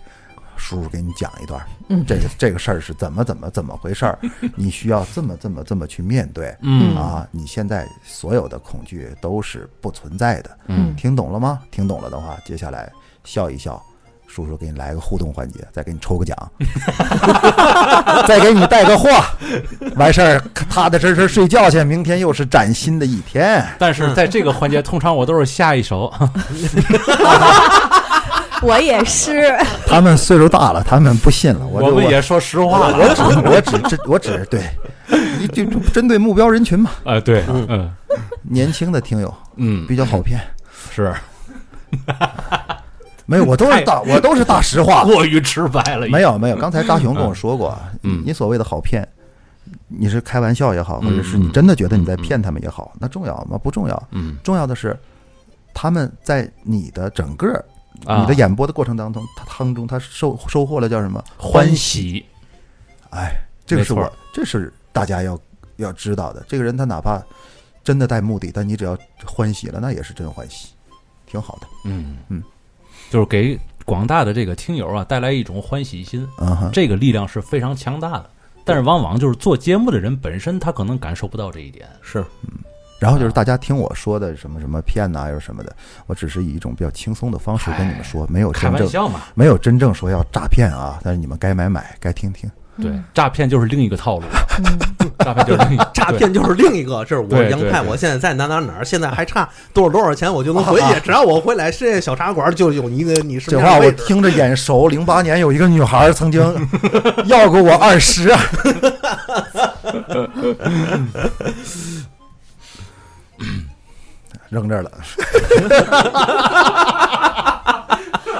Speaker 4: 叔叔给你讲一段儿，这个这个事儿是怎么怎么怎么回事儿，你需要这么这么这么去面对。
Speaker 1: 嗯
Speaker 4: 啊，你现在所有的恐惧都是不存在的。
Speaker 1: 嗯
Speaker 4: 听懂了吗？听懂了的话，接下来笑一笑，叔叔给你来个互动环节，再给你抽个 奖，再给你带个话，完事儿踏踏实实睡觉去，明天又是崭新的一天。
Speaker 1: 但是在这个环节，通常我都是下一首，
Speaker 2: 我也是。
Speaker 4: 他们岁数大了，他们不信了，我就
Speaker 1: 我们也说实
Speaker 4: 我
Speaker 1: 话了。
Speaker 4: 我只我只针我只对，你就就针对目标人群嘛，
Speaker 1: 呃，对，嗯
Speaker 4: 年轻的听友
Speaker 1: 嗯，
Speaker 4: 比较好骗。
Speaker 1: 是
Speaker 4: 没有，我都是大，我都是大实话。
Speaker 1: 过于直白了。
Speaker 4: 没有没有，刚才扎熊跟我说过，啊
Speaker 1: 嗯
Speaker 4: 你所谓的好骗，你是开玩笑也好，
Speaker 1: 嗯
Speaker 4: 或者是你真的觉得你在骗他们也好，那重要吗？不重要，
Speaker 1: 嗯，
Speaker 4: 重要的是他们在你的整个
Speaker 1: 啊
Speaker 4: 嗯你的演播的过程当中，他当中他收收获了叫什么
Speaker 1: 欢
Speaker 4: 喜？
Speaker 1: 喜，
Speaker 4: 哎，这个是
Speaker 1: 没
Speaker 4: 我
Speaker 1: 错，
Speaker 4: 这是大家要要知道的。这个人他哪怕真的带目的，但你只要欢喜了，那也是真欢喜，挺好的。
Speaker 1: 嗯
Speaker 4: 嗯，
Speaker 1: 就是给广大的这个听友啊带来一种欢喜心，
Speaker 4: 嗯哼，
Speaker 1: 这个力量是非常强大的。但是往往就是做节目的人本身，他可能感受不到这一点。
Speaker 3: 是，
Speaker 4: 然后就是大家听我说的什么什么骗呐、又是什么的，我只是以一种比较轻松的方式跟你们说，没有
Speaker 1: 哎开
Speaker 4: 真
Speaker 1: 玩
Speaker 4: 正
Speaker 1: 笑嘛，
Speaker 4: 没有真正说要诈骗啊，但是你们该买买，该听听。
Speaker 1: 对，
Speaker 2: 嗯
Speaker 1: 诈骗就是另一个套路， 诈骗就是另一 个
Speaker 3: 诈骗就是另一个，这是我
Speaker 1: 对
Speaker 3: 杨
Speaker 1: 对
Speaker 3: 派，
Speaker 1: 对
Speaker 3: 我现在在哪哪哪儿，现在还差多少多少钱，我就能回
Speaker 1: 啊
Speaker 3: 去。只要我回来，这小茶馆就有一个你身
Speaker 4: 这
Speaker 3: 边
Speaker 4: 话
Speaker 3: 的
Speaker 4: 我
Speaker 3: 位置。
Speaker 4: 听着 眼熟，零八年有一个女孩曾经要过我二十 啊。扔这 儿了，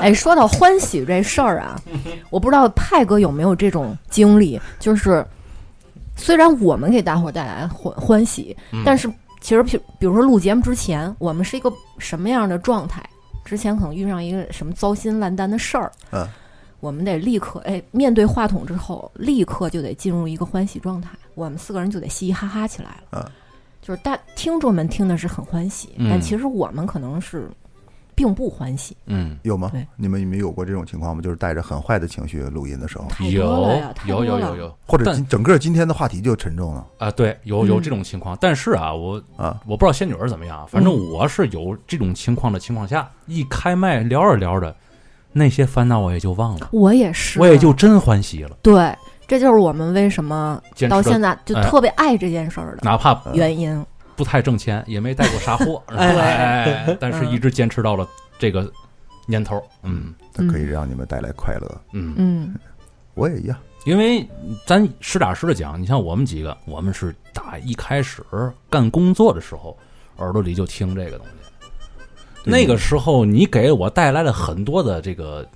Speaker 2: 哎，说到欢喜这事儿啊，我不知道派哥有没有这种经历，就是虽然我们给大伙儿带来欢欢喜，
Speaker 4: 嗯
Speaker 2: 但是其实比比如说录节目之前，我们是一个什么样的状态？之前可能遇上一个什么糟心烂蛋的事儿，
Speaker 4: 嗯，
Speaker 2: 我们得立刻哎面对话筒之后，立刻就得进入一个欢喜状态，我们四个人就得嘻嘻哈哈起来了，
Speaker 4: 嗯
Speaker 2: 就是大听众们听的是很欢喜，
Speaker 1: 嗯
Speaker 2: 但其实我们可能是并不欢喜。
Speaker 1: 嗯，
Speaker 4: 有吗
Speaker 2: 对？
Speaker 4: 你们有没有过这种情况吗？就是带着很坏的情绪录音的时候，
Speaker 2: 太多了
Speaker 1: 有
Speaker 2: 呀，太
Speaker 1: 有
Speaker 2: 多
Speaker 1: 有
Speaker 2: 了
Speaker 1: 有有，
Speaker 4: 或者
Speaker 1: 但
Speaker 4: 今整个今天的话题就沉重了
Speaker 1: 啊，对，有有
Speaker 2: 嗯
Speaker 1: 这种情况，但是啊，我
Speaker 4: 啊。
Speaker 1: 我不知道仙女儿怎么样，反正
Speaker 2: 嗯
Speaker 1: 我是有这种情况的情况下，一开麦聊着聊着，那些烦恼我也就忘了，
Speaker 2: 我也是，啊
Speaker 1: 我也就真欢喜了，
Speaker 2: 对，这就是我们为什么
Speaker 1: 坚
Speaker 2: 到
Speaker 1: 持
Speaker 2: 现
Speaker 1: 的，
Speaker 2: 在就
Speaker 1: 哎
Speaker 2: 特别爱这件事儿的
Speaker 1: 哪怕
Speaker 2: 原因。
Speaker 1: 不太挣钱，也没带过啥货，然后
Speaker 2: 哎
Speaker 1: 哎，哎但是一直坚持到了这个年头，嗯
Speaker 4: 它可以让你们带来快乐，
Speaker 1: 嗯，
Speaker 2: 嗯，
Speaker 4: 我也一样。
Speaker 1: 因为咱实打实的讲，你像我们几个，我们是打一开始干工作的时候，耳朵里就听这个东西。
Speaker 4: 对
Speaker 1: 那个时候，你给我带来了很多的这个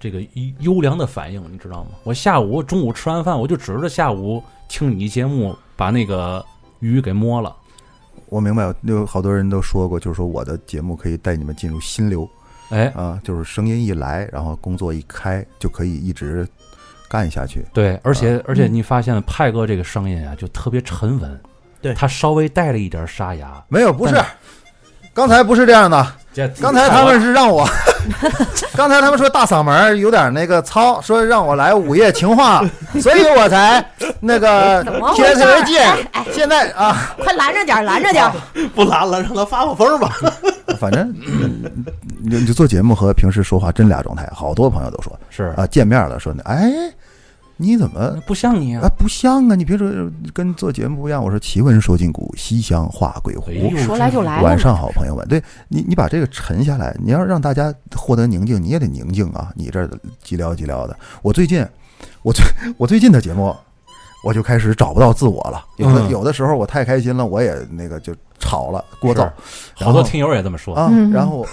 Speaker 1: 这个优优良的反应，你知道吗？我下午中午吃完饭，我就指着下午听你节目，把那个鱼给摸了。
Speaker 4: 我明白，有好多人都说过，就是说我的节目可以带你们进入心流
Speaker 1: 哎，
Speaker 4: 啊，就是声音一来，然后工作一开，就可以一直干下去。
Speaker 1: 对，而且而且你发现派哥这个声音啊，就特别沉稳，
Speaker 3: 对
Speaker 1: 他稍微带了一点沙哑。
Speaker 4: 没有，不是
Speaker 1: 但，
Speaker 4: 刚才不是这样的，刚才他们是让 我，刚才他们说大嗓门儿有点那个糙，说让我来午夜情 话，所以我才那个
Speaker 2: 怎么回
Speaker 4: 贴
Speaker 2: 事哎
Speaker 4: 特别近。现在啊，
Speaker 2: 快拦着点儿，拦着点儿。
Speaker 3: 不拦了，让他发发疯吧。
Speaker 4: 反正嗯你你做节目和平时说话真俩状态，好多朋友都说
Speaker 1: 是
Speaker 4: 啊，见面了说哎，你怎么
Speaker 1: 不像你
Speaker 4: 啊
Speaker 1: 啊，，
Speaker 4: 不像啊！你平时跟做节目不一样。我说奇闻说今古，西厢话鬼
Speaker 1: 哎
Speaker 4: 狐
Speaker 1: 呦。
Speaker 2: 说来就来
Speaker 4: 晚上好，朋友们，对你，你把这个沉下来，你要让大家获得宁静，你也得宁静啊！你这儿寂寥寂寥的。我最近，我最我最近的节目，我就开始找不到自我了。有的、
Speaker 1: 嗯
Speaker 4: 有的时候我太开心了，我也那个就吵了，聒噪
Speaker 1: 是好多听友也这么说，
Speaker 4: 啊
Speaker 2: 嗯，
Speaker 4: 然后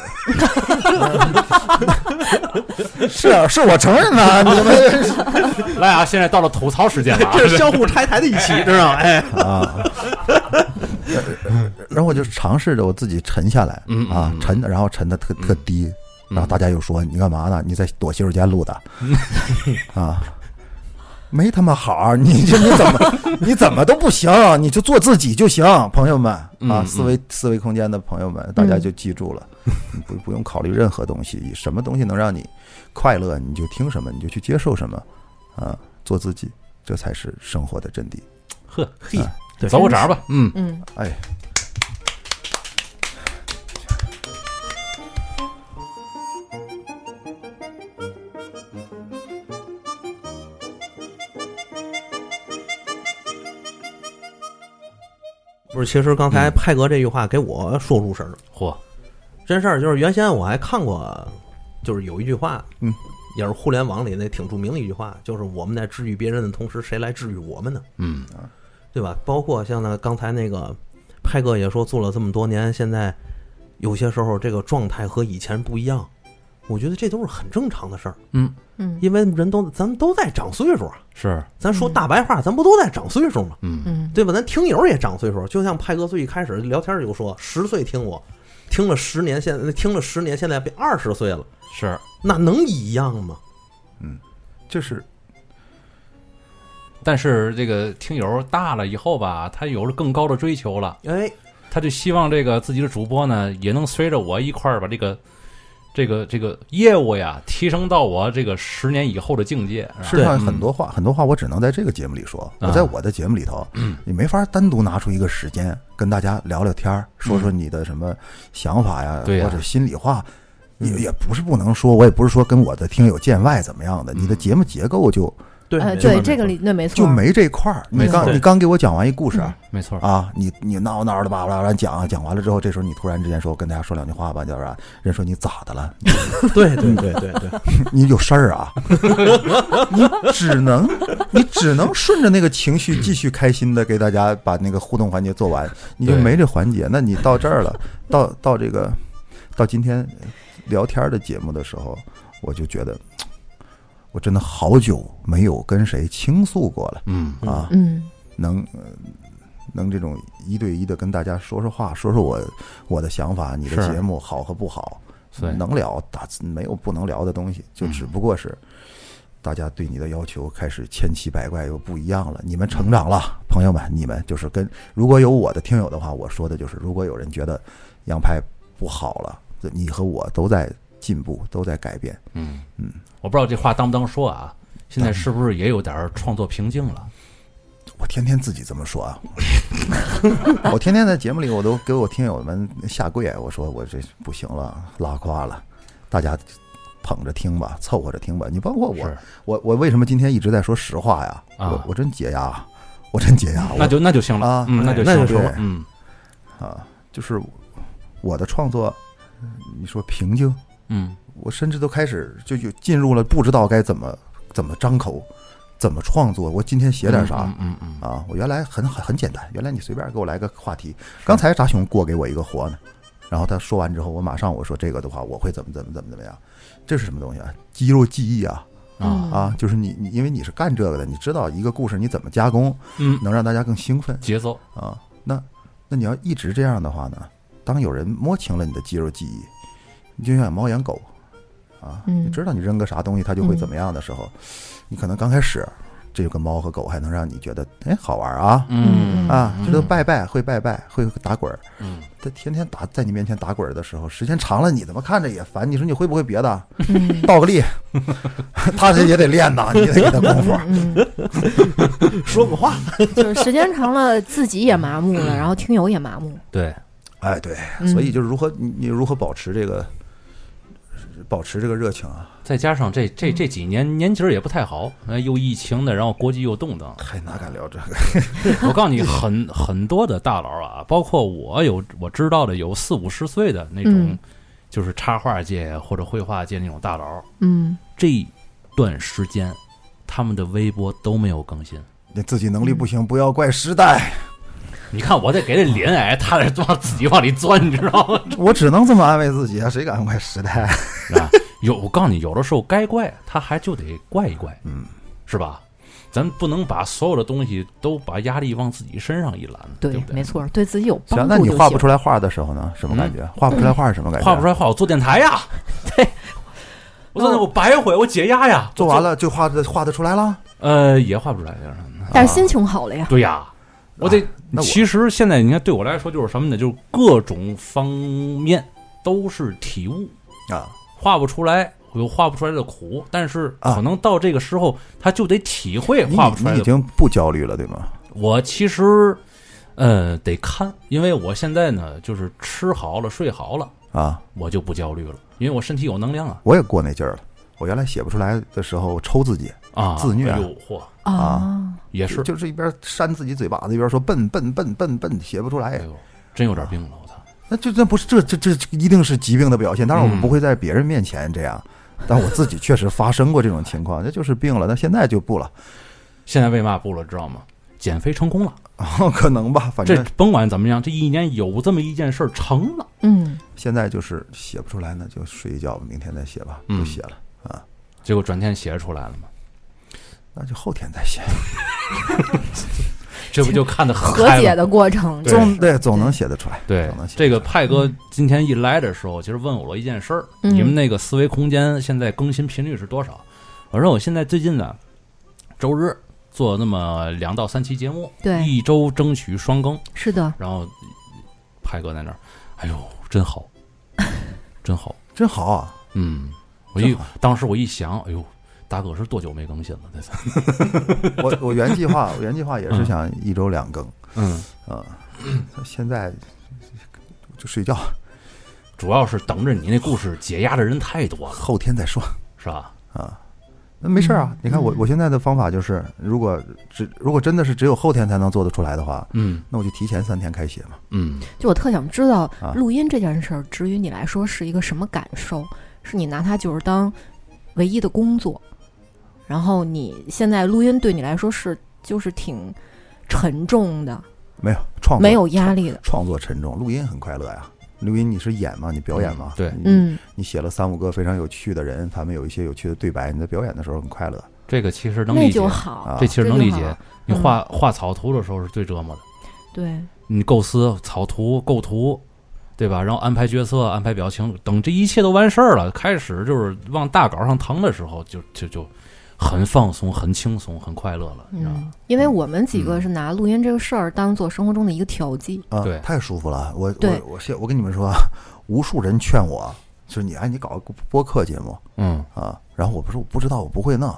Speaker 4: 是啊，是我承认的啊，你们
Speaker 1: 来啊，现在到了吐槽时间了啊，
Speaker 3: 这 是相互拆台的一期，知道吗？哎，
Speaker 4: 啊。呃然后我就尝试着我自己沉下来
Speaker 1: 嗯
Speaker 4: 啊
Speaker 1: 嗯，嗯嗯
Speaker 4: 沉，然后沉的特特低，然后大家又说你干嘛呢？你在躲媳妇家录的
Speaker 1: 嗯
Speaker 4: 啊？没他妈好儿，你这你怎么你怎么都不行，啊你就做自己就行，朋友们
Speaker 1: 嗯
Speaker 4: 啊，
Speaker 1: 嗯
Speaker 4: 思维思维空间的朋友们，大家
Speaker 2: 嗯
Speaker 4: 就记住了，你不不用考虑任何东西，什么东西能让你快乐，你就听什么，你就去接受什么，啊，做自己，这才是生活的真谛。
Speaker 1: 呵，
Speaker 3: 嘿，对
Speaker 1: 走个闸吧，嗯，
Speaker 2: 嗯，
Speaker 4: 哎。
Speaker 3: 不是，其实刚
Speaker 1: 嗯
Speaker 3: 才派哥这句话给我说出声儿了。
Speaker 1: 嚯，
Speaker 3: 真事儿就是原先我还看过，就是有一句话，
Speaker 4: 嗯，
Speaker 3: 也是互联网里那挺著名的一句话，就是我们在治愈别人的同时，谁来治愈我们呢？
Speaker 1: 嗯，
Speaker 3: 对吧？包括像呢刚才那个派哥也说，做了这么多年，现在有些时候这个状态和以前不一样，我觉得这都是很正常的事儿，
Speaker 2: 嗯
Speaker 3: 因为人都咱们都在长岁数啊，
Speaker 1: 是，
Speaker 3: 咱说大白话，咱不都在长岁数吗？
Speaker 1: 嗯，
Speaker 2: 嗯
Speaker 3: 对吧？咱听友也长岁数，就像派哥最一开始聊天就说，十岁听我，听了十年，现在听了十年，现在变二十岁了，
Speaker 1: 是，
Speaker 3: 那能一样吗？
Speaker 4: 这是
Speaker 1: 但是这个听友大了以后吧，他有了更高的追求了，
Speaker 3: 哎，
Speaker 1: 他就希望这个自己的主播呢，也能随着我一块儿把这个。这个这个业务呀，提升到我这个十年以后的境界，啊吧
Speaker 4: 事实上
Speaker 1: 对
Speaker 4: 很多话，很多话我只能在这个节目里说。
Speaker 1: 嗯啊嗯
Speaker 4: 我在我的节目里头，你没法单独拿出一个时间跟大家聊聊天儿，说说你的什么想法呀，
Speaker 1: 嗯对呀嗯
Speaker 4: 或者心里话，也也不是不能说，我也不是说跟我的听友见外怎么样的。
Speaker 1: 嗯
Speaker 4: 你的节目结构就
Speaker 3: 对
Speaker 2: 呃，
Speaker 3: 没
Speaker 2: 对
Speaker 3: 错
Speaker 2: 这
Speaker 3: 没
Speaker 2: 个
Speaker 3: 错
Speaker 2: 理论没错，
Speaker 4: 就没这块儿。
Speaker 1: 没错
Speaker 4: 你
Speaker 1: 嗯
Speaker 4: 刚
Speaker 3: 对
Speaker 4: 你刚给我讲完一故事啊
Speaker 1: 没错，
Speaker 4: 啊，你你闹闹的吧啦啦讲啊，讲完了之后，这时候你突然之间说我跟大家说两句话吧，要不然人说你咋的了？
Speaker 3: 对对对对对，
Speaker 4: 你有事儿啊？ 你只能你只能顺着那个情绪继续开心的给大家把那个互动环节做完，你就
Speaker 1: 对
Speaker 4: 没这环节。那你到这儿了，到到这个到今天聊天的节目的时候，我就觉得我真的好久没有跟谁倾诉过了
Speaker 1: 嗯，
Speaker 3: 嗯
Speaker 4: 啊，
Speaker 2: 嗯
Speaker 4: 能呃能这种一对一的跟大家说说话，说说我我的想法，你的
Speaker 1: 是
Speaker 4: 节目好和不好。
Speaker 1: 所以
Speaker 4: 能聊，打没有不能聊的东西，就只不过是大家对你的要求开始千奇百怪又不一样了。你们成长了，朋友们，你们就是跟如果有我的听友的话，我说的就是，如果有人觉得杨派不好了，这你和我都在进步，都在改变。
Speaker 1: 嗯
Speaker 4: 嗯，
Speaker 1: 我不知道这话当不当说啊？现在是不是也有点儿创作瓶颈了？
Speaker 4: 我天天自己这么说啊， 我天天在节目里我都给我听友们下跪，我说我这不行了，拉胯了，大家捧着听吧，凑合着听吧。你包括我
Speaker 1: 是，
Speaker 4: 我我为什么今天一直在说实话呀？
Speaker 1: 啊
Speaker 4: 我我真解压，我真解压。我
Speaker 1: 那就那就行了
Speaker 4: 啊
Speaker 1: 嗯，那就
Speaker 3: 那
Speaker 1: 行
Speaker 3: 就
Speaker 4: 说
Speaker 1: 了，嗯，
Speaker 4: 啊，就是我的创作，你说瓶颈，
Speaker 1: 嗯，
Speaker 4: 我甚至都开始就就进入了不知道该怎么怎么张口，怎么创作。我今天写点啥？
Speaker 1: 嗯？嗯嗯嗯，
Speaker 4: 啊，我原来很很很简单，原来你随便给我来个话题。刚才扎熊过给我一个活呢，然后他说完之后，我马上我说这个的话，我会怎么怎么怎么怎么样，这是什么东西啊？肌肉记忆啊
Speaker 2: 嗯
Speaker 1: 啊，
Speaker 4: 啊，就是你你因为你是干这个的，你知道一个故事你怎么加工
Speaker 1: 嗯，
Speaker 4: 能让大家更兴奋
Speaker 1: 节奏，
Speaker 4: 啊。那那你要一直这样的话呢，当有人摸清了你的肌肉记忆，你就像猫养狗啊，
Speaker 2: 嗯
Speaker 4: 你知道你扔个啥东西它就会怎么样的时候，你可能刚开始这个猫和狗还能让你觉得哎好玩啊，
Speaker 2: 嗯
Speaker 4: 啊，
Speaker 1: 嗯
Speaker 4: 这都拜拜会拜拜会打滚儿，
Speaker 1: 嗯，
Speaker 4: 他天天打在你面前打滚儿的时候，时间长了你他妈看着也烦。你说你会不会别的？
Speaker 2: 嗯
Speaker 4: 倒个立， 他这也得练呐，你得给他功夫。
Speaker 2: 嗯，
Speaker 3: 说过话，
Speaker 2: 就是时间长了，自己也麻木了，然后听友也麻木。
Speaker 1: 对，
Speaker 4: 哎，对，
Speaker 2: 嗯
Speaker 4: 所以就是如何你你如何保持这个保持这个热情啊？，
Speaker 1: 再加上这这这几年年景儿也不太好，呃又疫情的，然后国际又动荡
Speaker 4: 还哪敢聊这个？
Speaker 1: 我告诉你，很很多的大佬啊，包括我有我知道的有四五十岁的那种
Speaker 2: 嗯，
Speaker 1: 就是插画界或者绘画界那种大佬，
Speaker 2: 嗯，
Speaker 1: 这段时间他们的微博都没有更新。
Speaker 4: 你自己能力不行，不要怪时代，
Speaker 1: 你看我得给这林癌，他得往自己往里钻，你知道吗？
Speaker 4: 我只能这么安慰自己啊，谁敢怪时代？
Speaker 1: 啊， 有我告诉你，有的时候该怪他还就得怪一怪，
Speaker 4: 嗯，
Speaker 1: 是吧？咱不能把所有的东西都把压力往自己身上一揽，对
Speaker 2: 对
Speaker 1: 不，对？
Speaker 2: 没错，对自己有帮
Speaker 4: 行，
Speaker 2: 助
Speaker 4: 那你
Speaker 2: 就
Speaker 4: 画
Speaker 2: 行嗯
Speaker 4: 不出来画的时候呢，什么感觉？画不出来画是什么感觉？啊
Speaker 1: 画不出来画，我做电台呀，
Speaker 2: 对，嗯
Speaker 1: 我做那我白会，我解压呀，
Speaker 4: 做完了就画的画得出来了。
Speaker 2: 嗯
Speaker 1: 呃也画不出来，就是
Speaker 2: 但是心情好了呀。
Speaker 1: 对呀，我得。
Speaker 4: 啊那我
Speaker 1: 其实现在你看，对我来说就是什么呢？就是各种方面都是体悟，
Speaker 4: 啊，
Speaker 1: 画不出来有画不出来的苦，但是
Speaker 4: 啊
Speaker 1: 可能到这个时候，他就得体会
Speaker 4: 你
Speaker 1: 画不出来
Speaker 4: 你已
Speaker 1: 的苦。
Speaker 4: 经不焦虑了，对吗？
Speaker 1: 我其实，呃，得看，因为我现在呢，就是吃好了，睡好了，
Speaker 4: 啊，
Speaker 1: 我就不焦虑了，因为我身体有能量啊
Speaker 4: 我也过那劲儿了。我原来写不出来的时候抽自己，
Speaker 1: 啊！
Speaker 4: 自虐啊
Speaker 1: 哎呦嚯，
Speaker 2: 啊，
Speaker 1: 也是，
Speaker 4: 就是一边扇自己嘴巴子，一边说笨笨笨笨笨，写不出来
Speaker 1: 哎。呦，真有点病了，我操！
Speaker 4: 那就那不是这这这这一定是疾病的表现。当然我
Speaker 1: 嗯
Speaker 4: 们不会在别人面前这样，但我自己确实发生过这种情况，那就是病了。那现在就不了，
Speaker 1: 现在为嘛不了，知道吗？
Speaker 4: 啊
Speaker 1: 减肥成功了，
Speaker 4: 可能吧，反
Speaker 1: 这
Speaker 4: 正
Speaker 1: 甭管怎么样，这一年有这么一件事儿成了，
Speaker 2: 嗯，
Speaker 4: 现在就是写不出来呢，就睡一觉吧，明天再写吧，
Speaker 1: 嗯
Speaker 4: 不写了。
Speaker 1: 结果转天写出来了嘛，
Speaker 4: 那就后天再写，
Speaker 1: 这不就看得很
Speaker 2: 和
Speaker 1: 开吗
Speaker 2: 解的过程
Speaker 1: 对
Speaker 2: 总
Speaker 4: 总对总能写得出来。
Speaker 1: 对
Speaker 4: 总能，写
Speaker 1: 这
Speaker 4: 得
Speaker 1: 个
Speaker 4: 出来
Speaker 1: 派哥今天一来的时候，其实问我了一件事儿，
Speaker 2: 嗯
Speaker 1: 你们那个思维空间现在更新频率是多少？我说我现在最近呢，周日做那么两到三期节目，
Speaker 2: 对
Speaker 1: 一周争取双更。
Speaker 2: 是的，
Speaker 1: 然后派哥在那儿，哎呦，真 好，真好，
Speaker 4: 真好啊！
Speaker 1: 嗯，我一
Speaker 4: 真好
Speaker 1: 当时我一想，哎呦，大哥是多久没更新了？这次，
Speaker 4: 我我原计划，我原计划也是想一周两更
Speaker 1: 嗯，
Speaker 4: 啊，现在就睡觉，
Speaker 1: 主要是等着你那故事解压的人太多了，
Speaker 4: 后天再说。
Speaker 1: 是吧？
Speaker 4: 啊，那没事儿啊
Speaker 2: 嗯。
Speaker 4: 你看我
Speaker 2: 嗯
Speaker 4: 我现在的方法就是，如果只如果真的是只有后天才能做得出来的话，
Speaker 1: 嗯
Speaker 4: 那我就提前三天开写嘛。
Speaker 1: 嗯，
Speaker 2: 就我特想知道
Speaker 4: 啊
Speaker 2: 录音这件事儿，至于你来说是一个什么感受？是你拿它就是当唯一的工作，然后你现在录音对你来说是就是挺沉重的，
Speaker 4: 没有创作
Speaker 2: 没有压力的。
Speaker 4: 创作沉重，录音很快乐呀。录音你是演嘛，你表演嘛
Speaker 1: 嗯，对
Speaker 4: 你，
Speaker 2: 嗯
Speaker 4: 你写了三五个非常有趣的人，他们有一些有趣的对白，你在表演的时候很快乐
Speaker 1: 这个其实能
Speaker 2: 那
Speaker 1: 理解
Speaker 2: 就，好
Speaker 4: 啊，
Speaker 1: 这其实能理解
Speaker 2: 这就好。
Speaker 1: 你
Speaker 2: 嗯
Speaker 1: 画画草图的时候是最折磨的，
Speaker 2: 对，
Speaker 1: 你构思草图、构图，对吧？然后安排角色、安排表情，等这一切都完事儿了，开始就是往大稿上腾的时候，就就就很放松、很轻松、很快乐了，你知道吗
Speaker 2: 嗯？，因为我们几个是拿录音这个事儿当做生活中的一个调剂。
Speaker 4: 啊，
Speaker 1: 对
Speaker 4: 太舒服了。我
Speaker 2: 对
Speaker 4: 我我现我跟你们说啊，无数人劝我，就是你哎，你搞个播客节目，
Speaker 1: 嗯，
Speaker 4: 啊，然后我不是我不知道，我不会弄，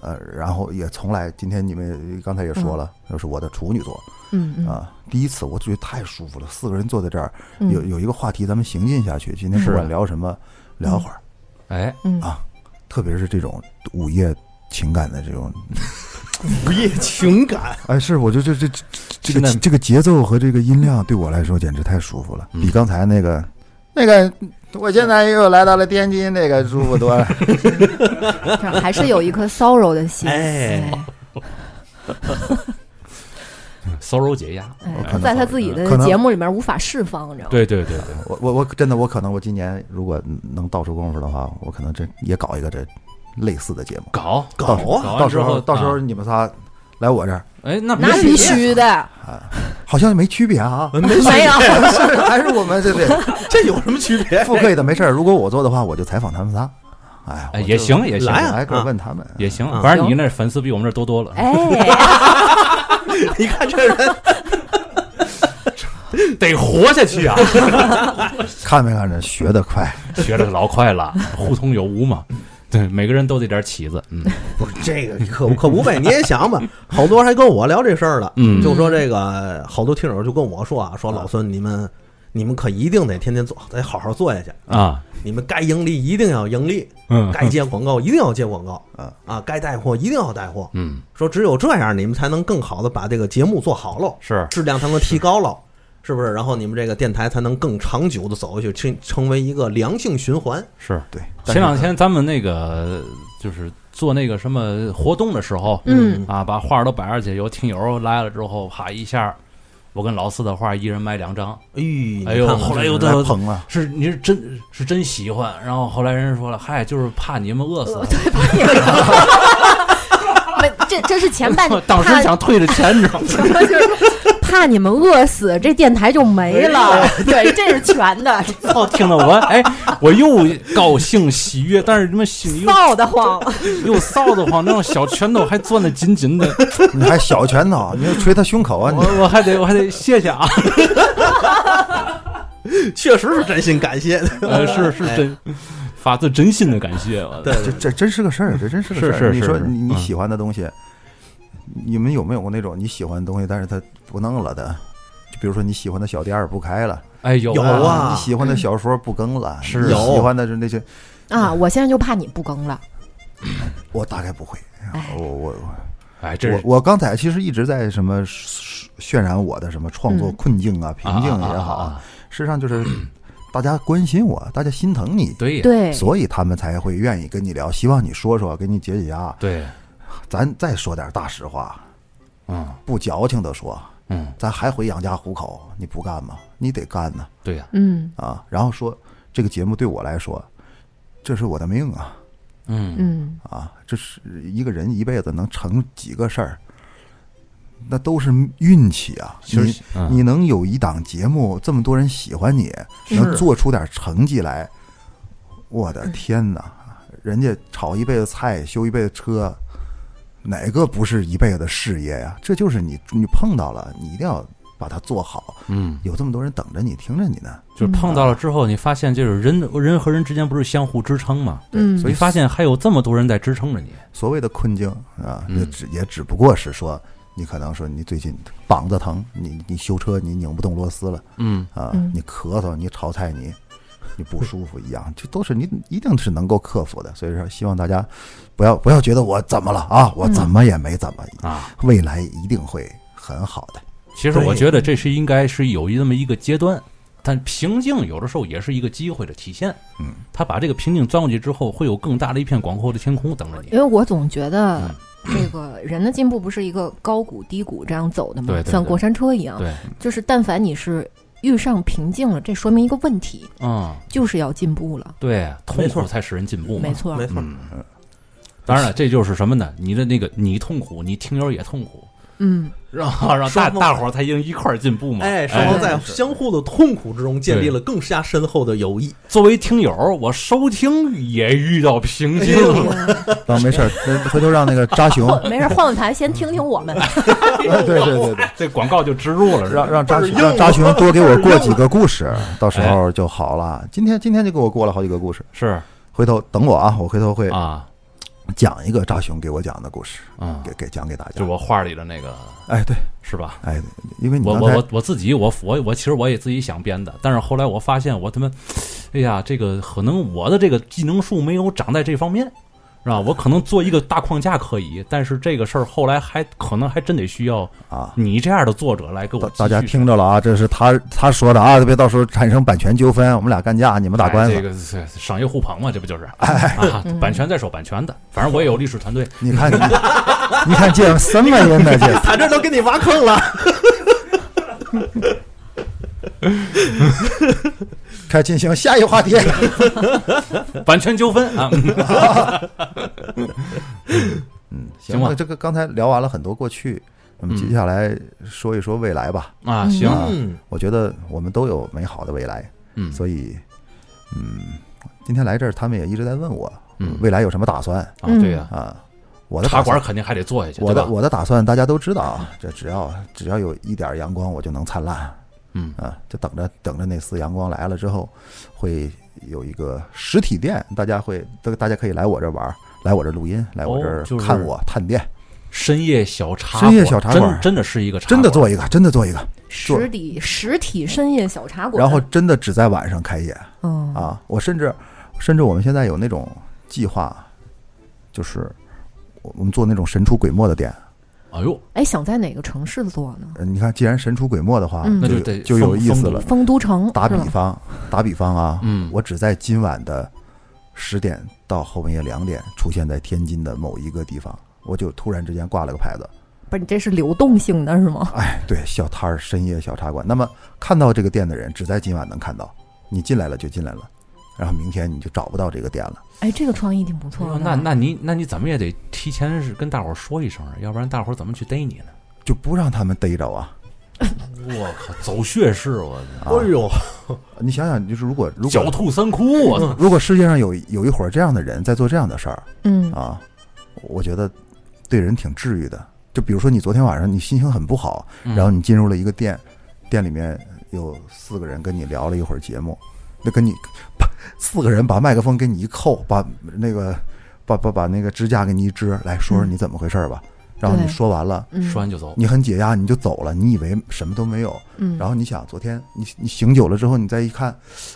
Speaker 4: 呃，然后也从来，今天你们刚才也说了，就是我的处女座
Speaker 2: 嗯嗯
Speaker 4: 啊，第一次我觉得太舒服了，四个人坐在这儿，有
Speaker 2: 嗯
Speaker 4: 有一个话题咱们行进下去，今天不
Speaker 1: 是
Speaker 4: 管聊什么，聊会儿，
Speaker 1: 哎，
Speaker 2: 嗯
Speaker 4: 啊特别是这种午夜情感的这 种，
Speaker 3: 午夜情感，
Speaker 4: 哎，是，我觉得这这这这这
Speaker 1: 现在
Speaker 4: 个这个节奏和这个音量对我来说简直太舒服了，
Speaker 1: 嗯
Speaker 4: 比刚才那个那个，我现在又来到了天津，那个舒服多了。
Speaker 2: 这样还是有一颗骚柔的心。
Speaker 3: 哎，
Speaker 1: 骚扰解压，
Speaker 2: 哎
Speaker 4: 我可
Speaker 2: 他
Speaker 4: 能
Speaker 2: 在他自己
Speaker 4: 可
Speaker 2: 的
Speaker 4: 能
Speaker 2: 节目里面无法释放，你知道吗？
Speaker 1: 对对对对，
Speaker 4: 我我我真的我可能我今年如果能倒出功夫的话，我可能真也搞一个这类似的节目。
Speaker 1: 搞
Speaker 4: 到时候
Speaker 1: 搞完
Speaker 4: 到
Speaker 1: 之
Speaker 4: 时候
Speaker 1: 后
Speaker 4: 到时候
Speaker 1: 啊
Speaker 4: 你们仨来我这儿，
Speaker 1: 哎，那
Speaker 2: 那必须的，
Speaker 4: 好像没区别啊
Speaker 1: 嗯
Speaker 3: 没
Speaker 2: 没有。
Speaker 4: 是 还是我们这这
Speaker 3: 这有什么区别？
Speaker 4: 付费的没事儿。如果我做的话，我就采访他们仨。哎，
Speaker 1: 哎
Speaker 4: 我
Speaker 1: 也
Speaker 4: 就
Speaker 1: 行也行
Speaker 4: 来
Speaker 3: 来啊
Speaker 4: 来个问他们。
Speaker 1: 也行
Speaker 3: 啊，
Speaker 1: 反正你那粉丝比我们这儿多多了，
Speaker 2: 哎，
Speaker 3: 你看这人，
Speaker 1: 得活下去啊，
Speaker 4: 看没看着学得快，
Speaker 1: 学的老快了，互通有无嘛。 对，每个人都得点起子， 嗯
Speaker 3: 不是这个可不可不呗？你也想吧，好多还跟我聊这事儿了。
Speaker 1: 嗯
Speaker 3: 就说这个，好多听友就跟我说啊，说老孙你们你们可一定得天天做，得好好做下去。
Speaker 1: 啊，
Speaker 3: 你们该盈利一定要盈利，
Speaker 1: 嗯
Speaker 3: 该接广告一定要接广告
Speaker 4: 嗯，
Speaker 3: 啊，该带货一定要带货。
Speaker 1: 嗯，
Speaker 3: 说只有这样，你们才能更好的把这个节目做好喽，
Speaker 1: 是
Speaker 3: 质量才能提高喽，是不是？然后你们这个电台才能更长久的走下去，成成为一个良性循环。
Speaker 1: 是。
Speaker 4: 对，
Speaker 1: 前两天咱们那个就是做那个什么活动的时候，
Speaker 2: 嗯，
Speaker 1: 啊，把画儿都摆上去，有听友来了之后，啪一下，我跟老四的画一人买两张，
Speaker 3: 哎，你
Speaker 1: 哎呦
Speaker 3: 看看
Speaker 1: 后来又
Speaker 4: 来
Speaker 1: 得
Speaker 4: 捧啊了，
Speaker 1: 是你是真是真喜欢，然后后来人家说了，嗨，就是怕你们饿死，，
Speaker 2: 对吧？没， 这这是前半
Speaker 1: 当时
Speaker 2: 怕
Speaker 1: 想退着钱，你知道吗？
Speaker 2: 就是 怕你们饿死，这电台就没了。对，这是全 的，
Speaker 1: 操，听得我哎，我又高兴喜悦，但是他妈心里
Speaker 2: 臊得慌。
Speaker 1: 又又臊得慌，那种小拳头还攥得紧紧的，
Speaker 4: 你还小拳头，你就捶他胸口啊！你
Speaker 1: 我我还得我还得谢谢啊，
Speaker 3: 确实是真心感谢。
Speaker 1: 呃，是是真发自真心的感谢，我
Speaker 3: 对，
Speaker 4: 这这真是个事儿，这真是个
Speaker 1: 是
Speaker 4: 事儿。
Speaker 1: 是
Speaker 4: 你
Speaker 1: 是
Speaker 4: 说
Speaker 1: 是
Speaker 4: 你你
Speaker 1: 嗯
Speaker 4: 喜欢的东西，你们有没有过那种你喜欢的东西，但是它不弄了的？就比如说你喜欢的小店儿不开了，
Speaker 1: 哎有
Speaker 3: 有
Speaker 1: 啊，
Speaker 3: 啊
Speaker 4: 你喜欢的小说不 更了，
Speaker 1: 是
Speaker 4: 你
Speaker 3: 有
Speaker 4: 喜欢的是那些，
Speaker 2: 啊，我现在就怕你不更了。
Speaker 4: 我大概不会。
Speaker 2: 哎
Speaker 4: 我我我
Speaker 1: 哎这
Speaker 4: 我
Speaker 1: 是
Speaker 4: 我刚才其实一直在什么渲染我的什么创作
Speaker 2: 嗯
Speaker 4: 困境啊、瓶颈也好，
Speaker 1: 啊啊啊啊
Speaker 4: 事实上就是 大家关心我，大家心疼你，
Speaker 1: 对呀
Speaker 2: 对，
Speaker 4: 所以他们才会愿意跟你聊，希望你说说，给你解解压。
Speaker 1: 对，
Speaker 4: 咱再说点大实话，
Speaker 1: 嗯
Speaker 4: 不矫情的说，
Speaker 1: 嗯
Speaker 4: 咱还回养家糊口，你不干吗？你得干呢
Speaker 1: 对呀，
Speaker 2: 嗯
Speaker 4: 啊！然后说这个节目对我来说，这是我的命啊
Speaker 1: 嗯
Speaker 2: 嗯，
Speaker 4: 啊！这是一个人一辈子能成几个事儿，那都是运气啊！
Speaker 1: 其实
Speaker 4: 你
Speaker 1: 嗯
Speaker 4: 你能有一档节目，这么多人喜欢你，
Speaker 3: 是
Speaker 4: 能做出点成绩来，我的天哪！人家炒一辈子菜，修一辈子车，哪个不是一辈子的事业呀？这就是你你碰到了，你一定要把它做好。
Speaker 1: 嗯，
Speaker 4: 有这么多人等着你，听着你呢。
Speaker 1: 就是碰到了之后，你发现就是人人和人之间不是相互支撑嘛，
Speaker 2: 嗯
Speaker 1: 所以发现还有这么多人在支撑着你，
Speaker 4: 所谓的困境啊，
Speaker 1: 嗯
Speaker 4: 也只也只不过是说，你可能说你最近膀子疼，你你修车你拧不动螺丝了
Speaker 1: 嗯
Speaker 4: 啊
Speaker 2: 嗯，
Speaker 4: 你咳嗽，你炒菜泥，你不舒服一样，这都是你一定是能够克服的。所以说，希望大家不要不要觉得我怎么了啊，我怎么也没怎么，
Speaker 1: 啊。
Speaker 4: 未来一定会很好的。
Speaker 1: 其实我觉得这是应该是有一这么一个阶段，但瓶颈有的时候也是一个机会的体现。
Speaker 4: 嗯，
Speaker 1: 他把这个瓶颈钻过去之后，会有更大的一片广阔的天空等着你。
Speaker 2: 因为我总觉得这个人的进步不是一个高谷低谷这样走的嘛，
Speaker 1: 对对对
Speaker 2: 像过山车一样。
Speaker 1: 对，
Speaker 2: 就是但凡你是遇上瓶颈了，这说明一个问题，
Speaker 1: 嗯，
Speaker 2: 就是要进步了。
Speaker 1: 对，痛
Speaker 3: 没
Speaker 1: 苦
Speaker 3: 错
Speaker 1: 才使人进步嘛。
Speaker 2: 没错，
Speaker 3: 没错，
Speaker 1: 嗯，当然了，这就是什么呢？你的那个你痛苦，你听友也痛苦，
Speaker 2: 嗯，
Speaker 1: 然后让大
Speaker 3: 双方
Speaker 1: 大伙儿才应一块儿进步嘛。
Speaker 3: 哎，双方在
Speaker 4: 是
Speaker 3: 相互的痛苦之中建立
Speaker 1: 对
Speaker 3: 了更加深厚的友谊。
Speaker 1: 作为听友，我收听也遇到瓶
Speaker 4: 哎
Speaker 3: 哎
Speaker 1: 颈了。
Speaker 4: 当没事儿，那回头让那个扎熊，
Speaker 2: 没事，换换台，先听听我 们。
Speaker 4: 哎 对对对对，
Speaker 1: 这广告就植入了，是吧
Speaker 4: 让让扎
Speaker 3: 倍儿
Speaker 4: 熊
Speaker 3: 硬
Speaker 4: 让扎熊多给我过几个故事，到时候就好了。今天今天就给我过了好几个故事，
Speaker 1: 是
Speaker 4: 回头等我啊，我回头会
Speaker 1: 啊，
Speaker 4: 讲一个扎熊给我讲的故事，
Speaker 1: 嗯，
Speaker 4: 给给讲给大家。
Speaker 1: 就我画里的那个，
Speaker 4: 哎对，
Speaker 1: 是吧？
Speaker 4: 哎，因为你
Speaker 1: 我
Speaker 4: 刚
Speaker 1: 我
Speaker 4: 才
Speaker 1: 我我自己，我我我其实我也自己想编的，但是后来我发现我他妈，哎呀，这个可能我的这个技能树没有长在这方面，是吧？我可能做一个大框架可以，但是这个事儿后来还可能还真得需要
Speaker 4: 啊，
Speaker 1: 你这样的作者来给我
Speaker 4: 大大家
Speaker 1: 继续
Speaker 4: 听着了啊，这是他他说的啊，别到时候产生版权纠纷，我们俩干架，你们打官
Speaker 1: 哎
Speaker 4: 司。哎
Speaker 1: 这个是商业互捧嘛，这不就是啊？版权在手，版权的，反正我也有律师团队，
Speaker 4: 你 看你，你看这什么人呢？这
Speaker 3: 他这都给你挖坑了。
Speaker 1: 啊
Speaker 4: 该进行下一 话题。
Speaker 1: 版权纠纷啊。 嗯行吧
Speaker 4: 那这个刚才聊完了很多过去，那
Speaker 1: 嗯
Speaker 4: 么接下来说一说未来吧。
Speaker 1: 啊，行，
Speaker 4: 啊
Speaker 3: 嗯，
Speaker 4: 我觉得我们都有美好的未来，
Speaker 1: 嗯
Speaker 4: 所以，嗯，今天来这儿，他们也一直在问我，
Speaker 1: 嗯
Speaker 4: 未来有什么打算
Speaker 1: 啊，对呀、
Speaker 4: 啊？我的打
Speaker 1: 茶
Speaker 4: 算
Speaker 1: 馆肯定还得做下去，
Speaker 4: 我
Speaker 1: 对
Speaker 4: 的
Speaker 1: 吧？
Speaker 4: 我的打算大家都知道啊，这只要只要有一点阳光，我就能灿烂
Speaker 1: 嗯
Speaker 4: 啊！就等着等着那丝阳光来了之后，会有一个实体店，大家会都大家可以来我这儿玩儿，来我这儿录音，来我这
Speaker 1: 哦
Speaker 4: 儿
Speaker 1: 就是
Speaker 4: 看我探店。
Speaker 1: 深夜小茶
Speaker 4: 深夜
Speaker 1: 馆
Speaker 4: 小茶
Speaker 1: 真
Speaker 4: 馆
Speaker 1: 真的是一个茶
Speaker 4: 真的
Speaker 1: 馆
Speaker 4: 做一个，真的做一个，做
Speaker 2: 实体实体深夜小茶馆，
Speaker 4: 然后真的只在晚上开业
Speaker 2: 嗯
Speaker 4: 啊！我甚至甚至我们现在有那种计划，就是我们做那种神出鬼没的店。
Speaker 1: 哎呦，
Speaker 2: 哎，想在哪个城市做呢？
Speaker 4: 呃你看，既然神出鬼没的话，
Speaker 2: 嗯
Speaker 1: 那
Speaker 4: 就
Speaker 1: 就
Speaker 4: 有
Speaker 1: 得
Speaker 4: 就有
Speaker 1: 封
Speaker 4: 意思
Speaker 1: 封
Speaker 4: 了
Speaker 1: 堵。
Speaker 2: 丰都城
Speaker 4: 打比
Speaker 2: 是吧
Speaker 4: 方，打比方啊，
Speaker 1: 嗯
Speaker 4: 我只在今晚的十点到后半夜两点出现在天津的某一个地方，我就突然之间挂了个牌子，
Speaker 2: 不是你这是流动性的是吗？
Speaker 4: 哎，对，小摊儿、深夜小茶馆。那么看到这个店的人，只在今晚能看到，你进来了就进来了，然后明天你就找不到这个店了。
Speaker 2: 哎，这个创意挺不错的。
Speaker 1: 哦那那你那你怎么也得提前是跟大伙儿说一声啊，要不然大伙儿怎么去逮你呢？
Speaker 4: 就不让他们逮着啊！
Speaker 1: 我靠， 走穴式，我操，
Speaker 3: 哎呦，
Speaker 4: 你想想，就是如果嗯如
Speaker 1: 狡
Speaker 4: 果
Speaker 1: 兔三窟，我操，
Speaker 4: 如果世界上有有一伙儿这样的人在做这样的事儿
Speaker 2: 嗯
Speaker 4: 啊，我觉得对人挺治愈的。就比如说你昨天晚上你心情很不好，
Speaker 1: 嗯
Speaker 4: 然后你进入了一个店，店里面有四个人跟你聊了一会儿节目，那跟你啪四个人把麦克风给你一扣，把那个把把把那个支架给你一支，来说说
Speaker 2: 嗯
Speaker 4: 你怎么回事儿吧。然后你
Speaker 2: 对
Speaker 4: 说完了，
Speaker 2: 嗯，
Speaker 1: 说完就走，
Speaker 4: 你很解压，你就走了，你以为什么都没有。
Speaker 2: 嗯，
Speaker 4: 然后你想，昨天你你醒酒了之后，你再一看，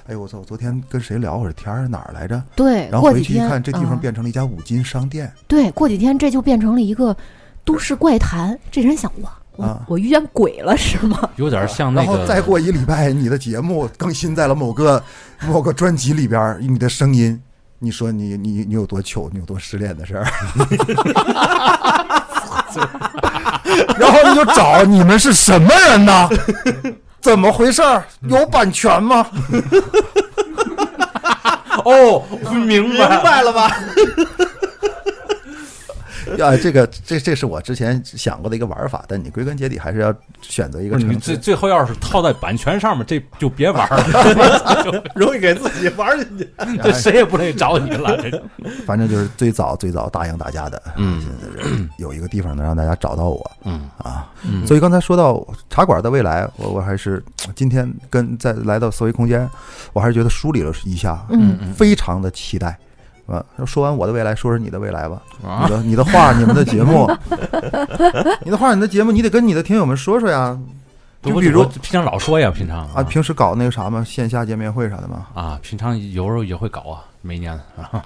Speaker 4: 哎呦我操，我昨天跟谁聊会儿天儿哪儿来着？
Speaker 2: 对，
Speaker 4: 然后
Speaker 2: 过
Speaker 4: 回
Speaker 2: 几
Speaker 4: 去一
Speaker 2: 天
Speaker 4: 看，这地方
Speaker 2: 嗯
Speaker 4: 变成了一家五金商店。
Speaker 2: 对，过几天这就变成了一个都市怪谈。这人想哇，我、
Speaker 4: 啊
Speaker 2: 我遇见鬼了是吗？
Speaker 1: 有点像那
Speaker 4: 然后
Speaker 1: 个
Speaker 4: 再过一礼拜，你的节目更新在了某个 某个专辑里边儿，你的声音，你说你你你有多糗，你有多失恋的事儿， 然后你就找你们是什么人呢？怎么回事儿？有版权吗？
Speaker 1: 哦，明白
Speaker 3: 白了吧？
Speaker 4: 啊，这个这这是我之前想过的一个玩儿法，但你归根结底还是要选择一个
Speaker 1: 不是你
Speaker 4: 城
Speaker 1: 最
Speaker 4: 市。
Speaker 1: 最后要是套在版权上面，这就别玩了，
Speaker 3: 容易给自己玩进去。
Speaker 1: 这谁也不乐意找你了。这
Speaker 4: 啊反正就是最早最早答应大家的，
Speaker 1: 嗯
Speaker 4: 嗯，有一个地方能让大家找到我
Speaker 1: 嗯
Speaker 4: 啊。
Speaker 1: 嗯
Speaker 4: 所以刚才说到茶馆的未来，我我还是今天跟再来到思维空间，我还是觉得梳理了一下，
Speaker 2: 嗯，
Speaker 4: 非常的期待。啊，说完我的未来，说说你的未来吧。你
Speaker 1: 啊，
Speaker 4: 的你的话，你们的节 目，你的话，你的节目，你得跟你的听友们说说呀。就
Speaker 1: 我
Speaker 4: 比如
Speaker 1: 我平常老说呀，平常
Speaker 4: 啊，平时搞那个啥嘛，线下见面会啥的嘛。
Speaker 1: 啊，平常有时候也会搞啊，每年啊，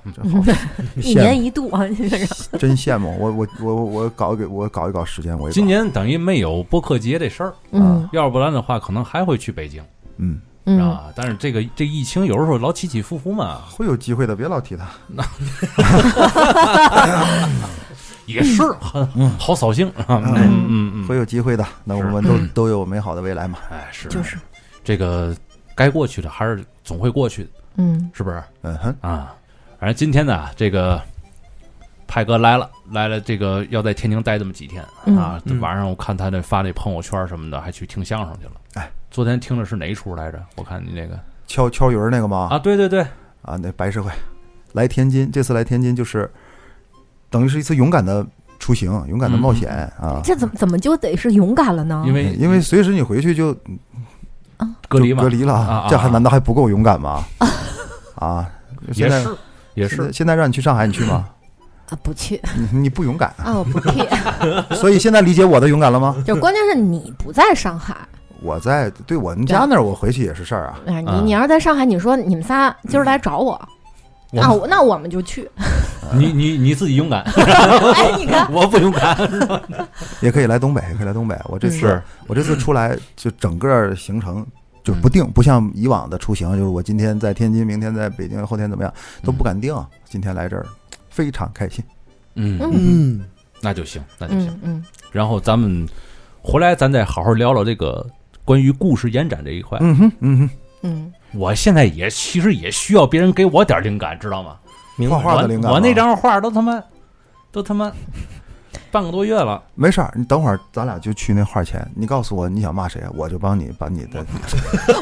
Speaker 2: 一
Speaker 4: 羡
Speaker 2: 年一度啊，你这个
Speaker 4: 慕真羡慕我，我我我我搞一个，我搞一搞时间，我也搞啊
Speaker 1: 今年等于没有播客节这事儿，
Speaker 2: 嗯
Speaker 1: 要不然的话，可能还会去北京
Speaker 4: 嗯，
Speaker 2: 嗯，
Speaker 1: 啊。但是这个这疫情有时候老起起伏伏嘛，
Speaker 4: 会有机会的，别老提他。
Speaker 1: 也是很好扫兴啊。嗯嗯
Speaker 4: 会
Speaker 1: 嗯，
Speaker 4: 有机会的，那我
Speaker 1: 是
Speaker 4: 们都都有美好的未来嘛。
Speaker 1: 哎是，
Speaker 2: 就是
Speaker 1: 这个该过去的还是总会过去的，
Speaker 2: 嗯
Speaker 1: 是不是？
Speaker 4: 嗯哼，
Speaker 1: 啊，反正今天呢，这个派哥来了，来了，这个要在天津待这么几天啊。
Speaker 3: 嗯
Speaker 1: 晚上我看他那发那朋友圈什么的，还去听相声去了。
Speaker 4: 哎，
Speaker 1: 昨天听的是哪一出来着？我看你那个
Speaker 4: 敲敲鱼儿那个吗？
Speaker 1: 啊，对对对，
Speaker 4: 啊，那白社会来天津，这次来天津就是等于是一次勇敢的出行，勇敢的冒险啊。
Speaker 2: 这怎么怎么就得是勇敢了呢？
Speaker 1: 嗯因
Speaker 4: 嗯
Speaker 1: 为
Speaker 4: 因为随时你回去就就
Speaker 1: 隔离嘛
Speaker 4: 隔，离
Speaker 1: 啊
Speaker 4: 了
Speaker 1: 啊，
Speaker 4: 这
Speaker 1: 啊
Speaker 4: 还难道还不够勇敢吗？啊，
Speaker 1: 也
Speaker 4: 现在
Speaker 1: 是也
Speaker 4: 现
Speaker 1: 是
Speaker 4: 在，现在让你去上海，你去吗？
Speaker 2: 啊，不去
Speaker 4: 你你不勇敢，
Speaker 2: 啊，我不去。
Speaker 4: 所以现在理解我的勇敢了吗？
Speaker 2: 就关键是你不在上海，
Speaker 4: 我在对我们家那儿，我回去也是事儿啊。
Speaker 2: 哎，你
Speaker 1: 啊
Speaker 2: 你要是在上海，你说你们仨今儿来找我，
Speaker 1: 嗯我
Speaker 2: 啊，我那我们就去。
Speaker 1: 你你你自己勇敢，
Speaker 2: 哎，你 看，
Speaker 1: 我不勇敢。
Speaker 4: 也可以来东北，也可以来东北。我这
Speaker 1: 嗯
Speaker 4: 次、
Speaker 1: 是嗯
Speaker 4: 我这次出来就整个行程就不定，不像以往的出行，就是我今天在天津，明天在北京，后天怎么样 都不敢定。今天来这儿非常开心，
Speaker 1: 嗯，
Speaker 3: 嗯，
Speaker 1: 那就行，那就行。
Speaker 2: 嗯嗯，
Speaker 1: 然后咱们回来，咱再好好聊聊这个关于故事延展这一块。
Speaker 4: 嗯哼嗯哼，
Speaker 2: 嗯，
Speaker 1: 我现在也其实也需要别人给我点儿灵感，知道吗？
Speaker 3: 明
Speaker 4: 画
Speaker 3: 白。
Speaker 4: 画的灵感
Speaker 1: 我。
Speaker 4: 啊
Speaker 1: 我那
Speaker 4: 张
Speaker 1: 张画都他妈，都他妈半个多月了。
Speaker 4: 没事儿，你等会儿咱俩就去那画前，你告诉我你想骂谁，我就帮你把你的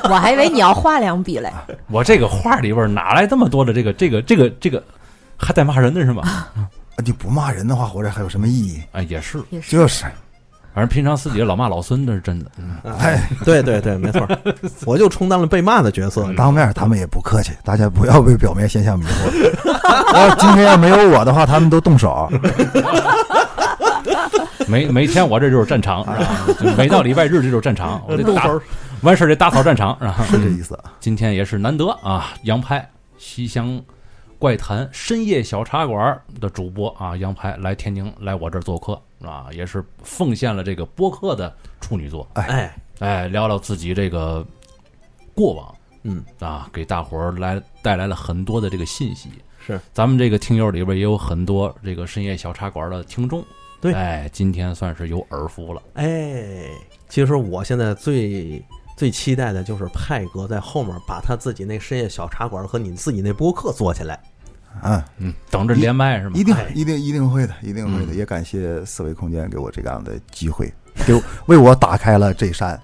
Speaker 2: 我还以为你要画两笔嘞。
Speaker 1: 我这个画里边哪来这么多的这个这个这个这个，还带骂人的是吗？
Speaker 4: 啊你不骂人的话，活着还有什么意义？
Speaker 1: 哎，也是，
Speaker 2: 也是，
Speaker 4: 就是，
Speaker 1: 嗯反正平常自己老骂老孙那是真的。
Speaker 4: 哎，
Speaker 3: 对对对，没错儿，我就充当了被骂的角
Speaker 1: 嗯
Speaker 3: 色。
Speaker 4: 当面他们也不客气，大家不要被表面现象迷 惑。要今天要没有我的话，他们都动手。
Speaker 1: 每每天我这就是战场，是吧？ 就每到礼拜日这就是战场，我这
Speaker 3: 动
Speaker 1: 打
Speaker 3: 手
Speaker 1: 完事儿得打扫战场，是吧？
Speaker 4: 是这意思啊。
Speaker 1: 今天也是难得啊，杨派西厢怪谈深夜小茶馆的主播啊，杨派来天津来我这儿做客啊，也是奉献了这个播客的处女座，
Speaker 3: 哎，
Speaker 1: 哎，聊聊自己这个过往，
Speaker 3: 嗯
Speaker 1: 啊，给大伙儿来带来了很多的这个信息。
Speaker 3: 是，
Speaker 1: 咱们这个听友里边也有很多这个深夜小茶馆的听众，
Speaker 3: 对
Speaker 1: 哎，今天算是有耳福了。
Speaker 3: 哎，其实我现在最最期待的就是派哥在后面把他自己那深夜小茶馆和你自己那播客做起来。
Speaker 4: 嗯，
Speaker 1: 嗯，等着连麦是吗嗯
Speaker 4: 一？定
Speaker 3: 哎
Speaker 4: 一定一定会的，一定会的。也感谢四维空间给我这样的机会，给我为我打开了这扇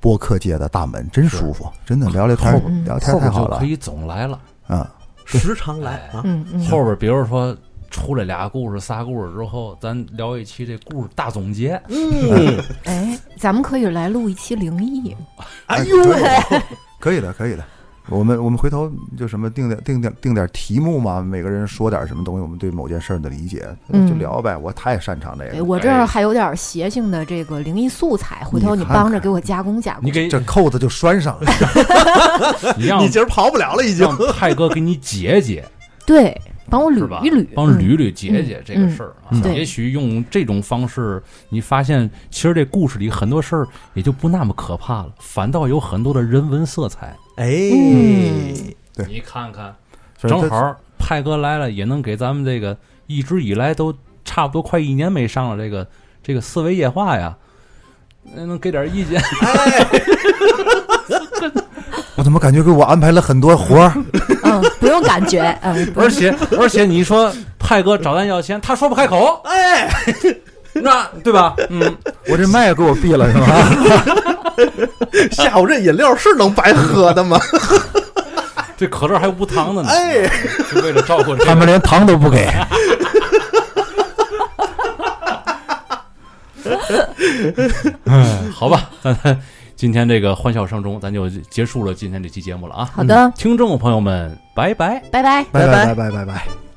Speaker 4: 播客界的大门，真舒服，真的聊聊天
Speaker 1: 啊后
Speaker 2: 边
Speaker 4: 聊天
Speaker 1: 后
Speaker 4: 太
Speaker 1: 边
Speaker 4: 好
Speaker 1: 就
Speaker 4: 了
Speaker 1: 可以总来了。
Speaker 4: 啊！
Speaker 3: 时常来
Speaker 1: 哎
Speaker 3: 啊，
Speaker 2: 嗯嗯，
Speaker 1: 后边比如说出来俩故事、仨故事之后，咱聊一期这故事大总结。
Speaker 3: 嗯，
Speaker 2: 哎，咱们可以来录一期灵异，
Speaker 4: 哎呦，可以的，可以的。我们我们回头就什么定点定点定点题目嘛，每个人说点什么东西，我们对某件事儿的理解
Speaker 2: 嗯
Speaker 4: 就聊呗。我太擅长这
Speaker 2: 哎，
Speaker 4: 个，
Speaker 2: 我这儿还有点邪性的这个灵异素材，回头
Speaker 4: 你
Speaker 2: 你
Speaker 4: 看
Speaker 2: 帮着
Speaker 4: 看
Speaker 2: 给我加工加
Speaker 1: 你
Speaker 2: 工。
Speaker 1: 给
Speaker 4: 这扣子就拴上了。
Speaker 1: 你 让
Speaker 3: 你今儿跑不了了，已经
Speaker 1: 让。派哥给你解解，
Speaker 2: 对，帮我
Speaker 1: 是
Speaker 2: 捋
Speaker 1: 吧
Speaker 2: 一捋，
Speaker 1: 帮捋捋解解这个事儿啊
Speaker 4: 嗯。
Speaker 2: 对
Speaker 1: 也许用这种方式，你发现其实这故事里很多事儿也就不那么可怕了，反倒有很多的人文色彩。
Speaker 3: 哎，
Speaker 2: 嗯
Speaker 4: 对
Speaker 1: 你看看，
Speaker 4: 所以
Speaker 1: 正
Speaker 4: 这
Speaker 1: 好派哥来了，也能给咱们这个一直以来都差不多快一年没上了这个这个思维夜话呀，呃能给点意见。
Speaker 4: 我怎么感觉给我安排了很多活儿？
Speaker 2: 嗯嗯，不用感觉，嗯，不
Speaker 1: 而且而且你说派哥找咱要钱，他说不开口，哎，那对吧？嗯，
Speaker 4: 我这麦给我闭了是吧？
Speaker 3: 下午这饮料是能白喝的吗？
Speaker 1: 这可乐还无糖的呢，
Speaker 3: 哎，
Speaker 1: 是为了照顾这个
Speaker 4: 他们连糖都不给。
Speaker 1: 哎好吧，那咱今天这个欢笑声中，咱就结束了今天这期节目了啊。
Speaker 2: 好的，
Speaker 1: 听众朋友们，拜拜。
Speaker 2: 拜拜。
Speaker 4: 拜
Speaker 3: 拜
Speaker 4: 拜拜拜拜。